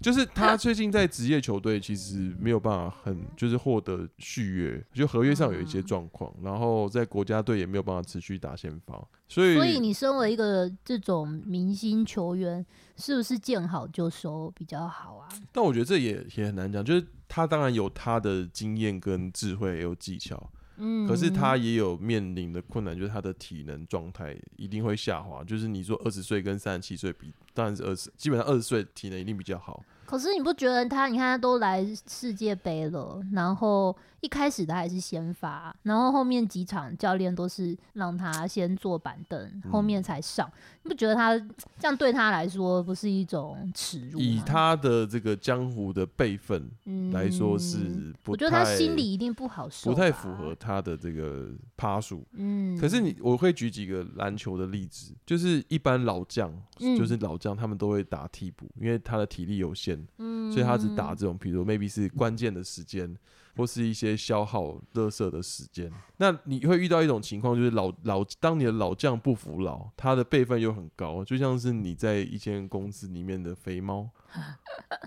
Speaker 2: 就是他最近在职业球队其实没有办法很就是获得续约，就合约上有一
Speaker 1: 嗯
Speaker 2: 些状况，然后在国家队也没有办法持续打先发，所以
Speaker 1: 所以你身为一个这种明星球员，是不是见好就收比较好啊？
Speaker 2: 但我觉得这也也很难讲，就是他当然有他的经验跟智慧，也有技巧，
Speaker 1: 嗯，
Speaker 2: 可是他也有面临的困难，就是他的体能状态一定会下滑。就是你说二十岁跟三十七岁比，当然是二十，基本上二十岁体能一定比较好，
Speaker 1: 可是你不觉得他？你看他都来世界杯了，然后一开始他还是先发，然后后面几场教练都是让他先坐板凳，后
Speaker 2: 嗯
Speaker 1: 面才上。你不觉得他这样对他来说不是一种耻辱吗？
Speaker 2: 以他的这个江湖的辈分
Speaker 1: 嗯
Speaker 2: 来说是不
Speaker 1: 我
Speaker 2: 太，
Speaker 1: 觉得他心里一定不好受，
Speaker 2: 不太符合。他的这个趴数。
Speaker 1: 嗯，
Speaker 2: 可是你，我会举几个篮球的例子，就是一般老将，
Speaker 1: 嗯
Speaker 2: 就是老将，他们都会打替补，因为他的体力有限，
Speaker 1: 嗯，
Speaker 2: 所以他只打这种，比如 maybe 是关键的时间，或是一些消耗热色的时间。那你会遇到一种情况，就是老老当你的老将不服老，他的辈分又很高，就像是你在一间公司里面的肥猫，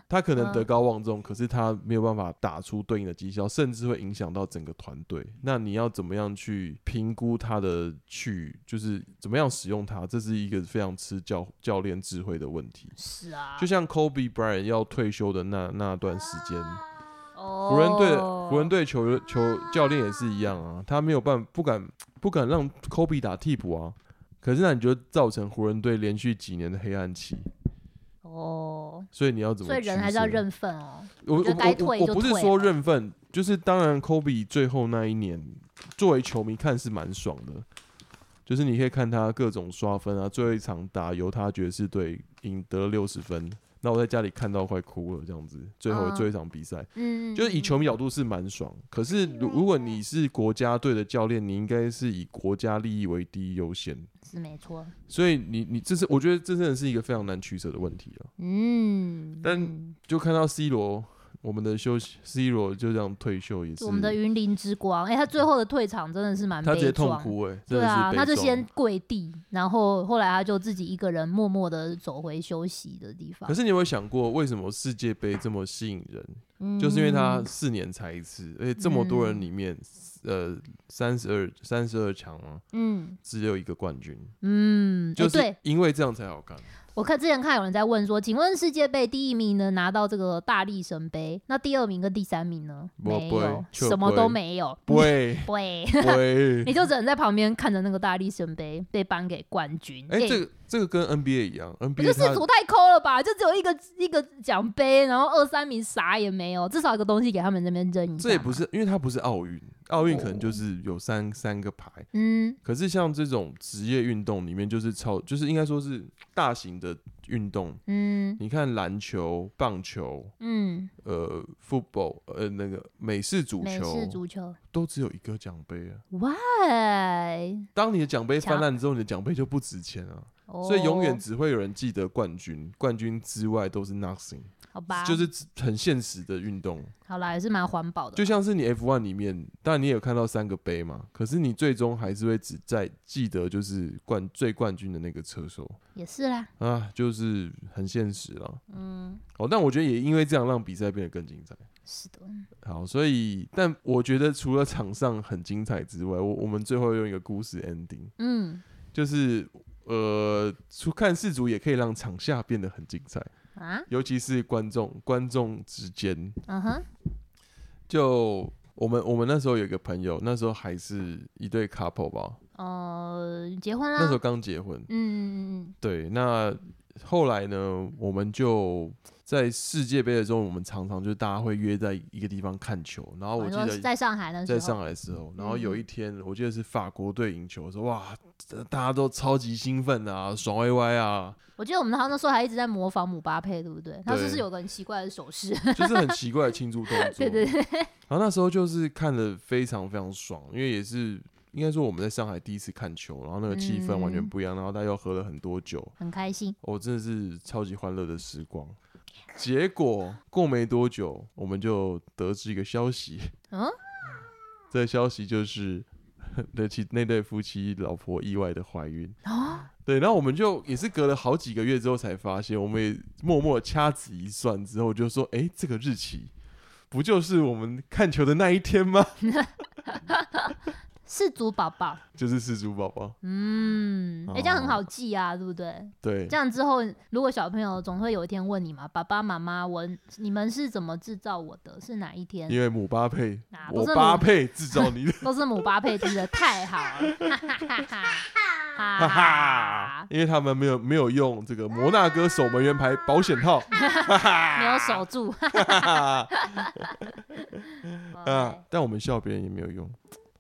Speaker 2: 他可能德高望重，可是他没有办法打出对应的绩效，甚至会影响到整个团队。那你要怎么样去评估他的去，就是怎么样使用他，这是一个非常吃教教练智慧的问题。
Speaker 1: 是啊，
Speaker 2: 就像 Kobe Bryant 要退休的那那段时间，
Speaker 1: 湖
Speaker 2: 湖人队
Speaker 1: 哦
Speaker 2: 湖人队球球教练也是一样啊，他没有办不敢不敢让 Kobe 打替补啊，可是那你就造成湖人队连续几年的黑暗期，
Speaker 1: 哦，
Speaker 2: 所以你要怎么？
Speaker 1: 所以人还是要。认份哦。
Speaker 2: 我我
Speaker 1: 觉得该
Speaker 2: 我
Speaker 1: 退
Speaker 2: 我
Speaker 1: 就
Speaker 2: 不是
Speaker 1: 退
Speaker 2: 说
Speaker 1: 了
Speaker 2: 认份，就是当然 Kobe 最后那一年，作为球迷看是蛮爽的，就是你可以看他各种刷分啊，最后一场打犹他爵士队赢得六十分，那我在家里看到快哭了，这样子，最后
Speaker 1: 嗯
Speaker 2: 最后一场比赛。
Speaker 1: 嗯，
Speaker 2: 就是以球迷角度是蛮爽，可是如如果你是国家队的教练，你应该是以国家利益为第一优先，
Speaker 1: 是没错。
Speaker 2: 所以你你这是我觉得这真的是一个非常难取舍的问题啊。
Speaker 1: 嗯，
Speaker 2: 但
Speaker 1: 嗯
Speaker 2: 就看到 C 罗，我们的休息 C 罗就这样退休也是，
Speaker 1: 我们的云林之光，哎、他最后的退场真的是蛮
Speaker 2: 他直接
Speaker 1: 悲
Speaker 2: 痛
Speaker 1: 壮。
Speaker 2: 哭哎、真
Speaker 1: 对
Speaker 2: 的是
Speaker 1: 啊，
Speaker 2: 悲
Speaker 1: 他就
Speaker 2: 壮
Speaker 1: 先跪地，然后后来他就自己一个人默默的走回休息的地方
Speaker 2: 可。是你有没有想过，为什么世界杯这么吸引人？
Speaker 1: 嗯
Speaker 2: 就是因为他四年才一次，而且这么多人里面，呃，三十二三十二强啊，
Speaker 1: 嗯
Speaker 2: 只有一个冠军，
Speaker 1: 嗯，
Speaker 2: 就
Speaker 1: 哎
Speaker 2: 是
Speaker 1: 对
Speaker 2: 因为这样才好看。
Speaker 1: 我看之前看有人在问说，请问世界杯第一名呢拿到这个大力神杯，那第二名跟第三名呢？
Speaker 2: 不
Speaker 1: 没
Speaker 2: 会
Speaker 1: 有，
Speaker 2: 就
Speaker 1: 什么
Speaker 2: 不会
Speaker 1: 都没有，
Speaker 2: 喂
Speaker 1: 不会，
Speaker 2: 喂，
Speaker 1: 你就只能在旁边看着那个大力神杯被颁给冠军。
Speaker 2: 哎、
Speaker 1: 哎
Speaker 2: 这个这个跟 NBA 一样
Speaker 1: 我就
Speaker 2: ，NBA
Speaker 1: 是
Speaker 2: 它
Speaker 1: 组太抠了吧？就只有一个一个奖杯，然后二三名啥也没有，至少有个东西给他们那边扔一下。
Speaker 2: 这也不，是，因为它不是奥运，奥运可能就
Speaker 1: 哦
Speaker 2: 是有三、三个牌，
Speaker 1: 嗯
Speaker 2: 可是像这种职业运动里面，就是超，就是应该说是大型的运动。
Speaker 1: 嗯
Speaker 2: 你看篮球、棒球、
Speaker 1: 嗯，
Speaker 2: 呃，football，呃，那个美式足
Speaker 1: 美
Speaker 2: 球
Speaker 1: 式足球
Speaker 2: 都只有一个奖杯啊。
Speaker 1: ，Why？
Speaker 2: 当你的奖杯
Speaker 1: 强
Speaker 2: 泛滥之后，你的奖杯就不值钱啊，
Speaker 1: 哦
Speaker 2: 所以永远只会有人记得冠军，冠军之外都是 nothing，
Speaker 1: 好吧，
Speaker 2: 就是很现实的运动。
Speaker 1: 好啦，也是蛮环保的。
Speaker 2: 就像是你 F1 里面，当然你也有看到三个杯嘛，可是你最终还是会只在记得就是冠最冠军的那个车手
Speaker 1: 也是啦，
Speaker 2: 啊，就是很现实了。
Speaker 1: 嗯，
Speaker 2: 哦，但我觉得也因为这样让比赛变得更精彩。
Speaker 1: 是的，
Speaker 2: 好，所以但我觉得除了场上很精彩之外，我我们最后用一个故事 ending，
Speaker 1: 嗯
Speaker 2: 就是呃，出看世足也可以让场下变得很精彩，
Speaker 1: 啊，
Speaker 2: 尤其是观众观众之间，
Speaker 1: 嗯哼，
Speaker 2: 就我们我们那时候有一个朋友，那时候还是一对 couple 吧，
Speaker 1: 呃，结婚
Speaker 2: 那时候
Speaker 1: 啦，
Speaker 2: 刚结婚。
Speaker 1: 嗯嗯
Speaker 2: 对，那后来呢，我们就在世界杯的时候，我们常常就大家会约在一个地方看球。然
Speaker 1: 嗯，
Speaker 2: 后哦我
Speaker 1: 你
Speaker 2: 记
Speaker 1: 说
Speaker 2: 得
Speaker 1: 在上海那时
Speaker 2: 在
Speaker 1: 候，
Speaker 2: 上海的时候，然后有
Speaker 1: 嗯
Speaker 2: 一天我记得是法国队赢球的时候，哇，大家都超级兴奋啊，爽歪歪啊，
Speaker 1: 我记得我们好像那时候还一直在模仿姆巴佩，对不对？他是不是
Speaker 2: 对
Speaker 1: 有个很奇怪的手势？
Speaker 2: 就是很奇怪的庆祝动作。
Speaker 1: 对对对，
Speaker 2: 然后那时候就是看的非常非常爽，因为也是应该说我们在上海第一次看球，然后那个气氛完全
Speaker 1: 嗯
Speaker 2: 不一样，然后大家又喝了很多酒，
Speaker 1: 很开心。
Speaker 2: 哦，真的是超级欢乐的时光。结果过没多久，我们就得知一个消息，
Speaker 1: 嗯，
Speaker 2: 这个消息就是那其那对夫妻老婆意外的怀孕。
Speaker 1: 哦，
Speaker 2: 对，然后我们就也是隔了好几个月之后才发现，我们也默默掐指一算之后，就说：“哎，这个日期不就是我们看球的那一天吗？”
Speaker 1: 是祖宝宝，
Speaker 2: 就是四猪宝宝。
Speaker 1: 嗯，哎、这样很
Speaker 2: 哦
Speaker 1: 好记啊，对不对？
Speaker 2: 对
Speaker 1: 这，样之后，如果小朋友总会有一天问你嘛，爸爸妈妈，我你们是怎么制造我的？是哪一天？
Speaker 2: 因为姆巴佩
Speaker 1: 啊，
Speaker 2: 我
Speaker 1: 不是
Speaker 2: 巴
Speaker 1: 姆
Speaker 2: 佩制造你的。
Speaker 1: 都是姆巴佩，真的太好了，哈哈哈哈！哈
Speaker 2: 哈哈
Speaker 1: 哈，，
Speaker 2: 因为他们没有没有用这个摩纳哥守门员牌保险套，
Speaker 1: 没有守住。
Speaker 2: 哈哈
Speaker 1: 哎
Speaker 2: 啊！但我们笑别人也没有用，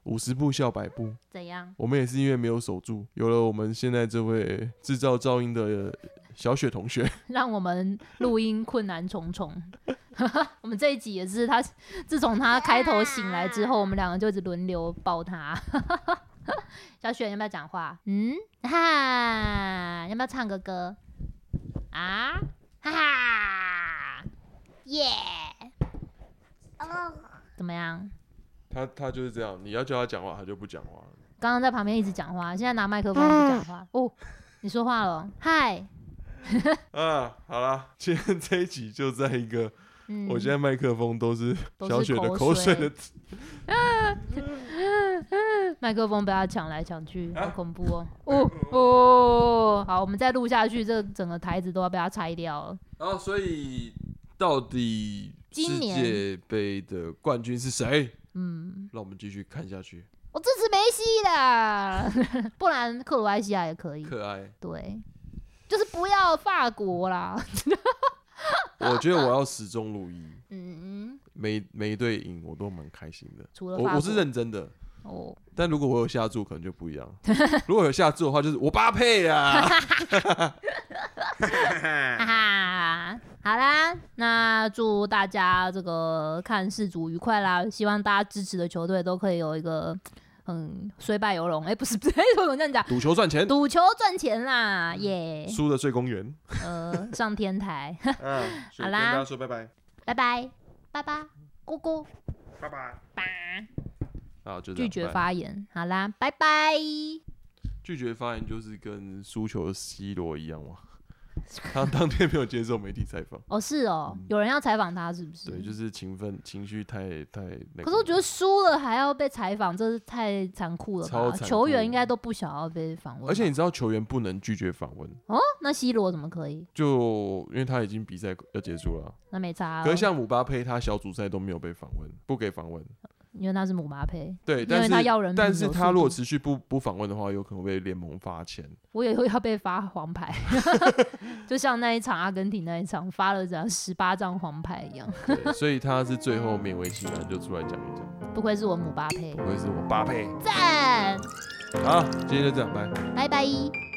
Speaker 2: 五十步笑百步，
Speaker 1: 怎样？
Speaker 2: 我们也是因为没有守住，有了我们现在这位制造噪音的小雪同学。
Speaker 1: 让我们录音困难重重。 我们这一集也是他，自从他开头醒来之后，我们两个就一直轮流抱他。 小雪，你要不要讲话？嗯，哈，要不要唱个歌？啊，哈哈，
Speaker 3: 耶！哦，
Speaker 1: 怎么样？
Speaker 2: 他他就是这样，你要叫他讲话，他就不讲话了。
Speaker 1: 刚刚在旁边一直讲话，现在拿麦克风不讲话。哦，你说话了哦，嗨，
Speaker 2: 啊，好啦，今天这一集就在一个，
Speaker 1: 嗯，
Speaker 2: 我现在麦克风都是
Speaker 1: 都是
Speaker 2: 小雪的
Speaker 1: 口
Speaker 2: 水
Speaker 1: 水
Speaker 2: 的，
Speaker 1: 麦克风被他抢来抢去，
Speaker 2: 啊
Speaker 1: 好恐怖哦！哦
Speaker 2: 嗯
Speaker 1: 哦，好，我们再录下去，这整个台子都要被他拆掉了。
Speaker 2: 然后所以到底世
Speaker 1: 今年
Speaker 2: 界杯的冠军是谁？
Speaker 1: 嗯，
Speaker 2: 让我们继续看下去。
Speaker 1: 我支持梅西啦， 不然克罗埃西亚也可以。
Speaker 2: 可爱，
Speaker 1: 对，就是不要法国啦。
Speaker 2: 我觉得我要始终如一，
Speaker 1: 嗯，
Speaker 2: 每每一队赢我都蛮开心的。
Speaker 1: 除了
Speaker 2: 我
Speaker 1: 法国，
Speaker 2: 我是认真的，
Speaker 1: 哦，
Speaker 2: 但如果我有下注，可能就不一 样。如果有下注的话，就是我八配啊。
Speaker 1: 哈哈。好啦，那祝大家这个看世足愉快啦！希望大家支持的球队都可以有一个很虽败犹荣，哎、不是不是， 我怎么这样讲？
Speaker 2: 赌球赚 钱，
Speaker 1: 赌球赚钱啦，
Speaker 2: 嗯
Speaker 1: 耶、
Speaker 2: 输的睡 公园。
Speaker 1: 呃，上天台，
Speaker 2: 嗯，
Speaker 1: 所以好啦跟大家
Speaker 2: 说拜拜，
Speaker 1: 拜拜，拜拜，姑姑
Speaker 2: 拜拜。啊，就这
Speaker 1: 拒
Speaker 2: 样
Speaker 1: 绝
Speaker 2: 拜
Speaker 1: 发言，好啦，拜拜。
Speaker 2: 拒绝发言，就是跟输球的 C 罗一样嘛。 他当天没有接受媒体采访，
Speaker 1: 哦，是哦，有人要采访他是不是？
Speaker 2: 嗯对，就是情分情绪太太那个。
Speaker 1: 可是我觉得输了还要被采访，这是太残酷了
Speaker 2: 超
Speaker 1: 吧？
Speaker 2: 残酷
Speaker 1: 球员应该都不想要被访问吧。
Speaker 2: 而且你知道球员不能拒绝访问，
Speaker 1: 哦，那 C 罗怎么可以？
Speaker 2: 就因为他已经比赛要结束了啊。
Speaker 1: 那没差、哦
Speaker 2: 可是，像姆巴佩，他小组赛都没有被访问，不给访问。
Speaker 1: 因为他是姆巴佩，
Speaker 2: 对，
Speaker 1: 因
Speaker 2: 但
Speaker 1: 为
Speaker 2: 是
Speaker 1: 他要人
Speaker 2: 但
Speaker 1: 品
Speaker 2: 是
Speaker 1: 有
Speaker 2: 他
Speaker 1: 速
Speaker 2: 如果
Speaker 1: 度
Speaker 2: 持续不不访问的话，有可能被联盟罚钱。
Speaker 1: 我也会要被发黄牌， 就像那一场阿根廷那一场发了这十八张黄牌一样。
Speaker 2: 对，所以他是最后勉为其难就出来讲一讲，
Speaker 1: 不愧是我姆巴佩
Speaker 2: 不，会是我八倍。
Speaker 1: 赞，
Speaker 2: 好，今天就这样，拜。
Speaker 1: 拜拜。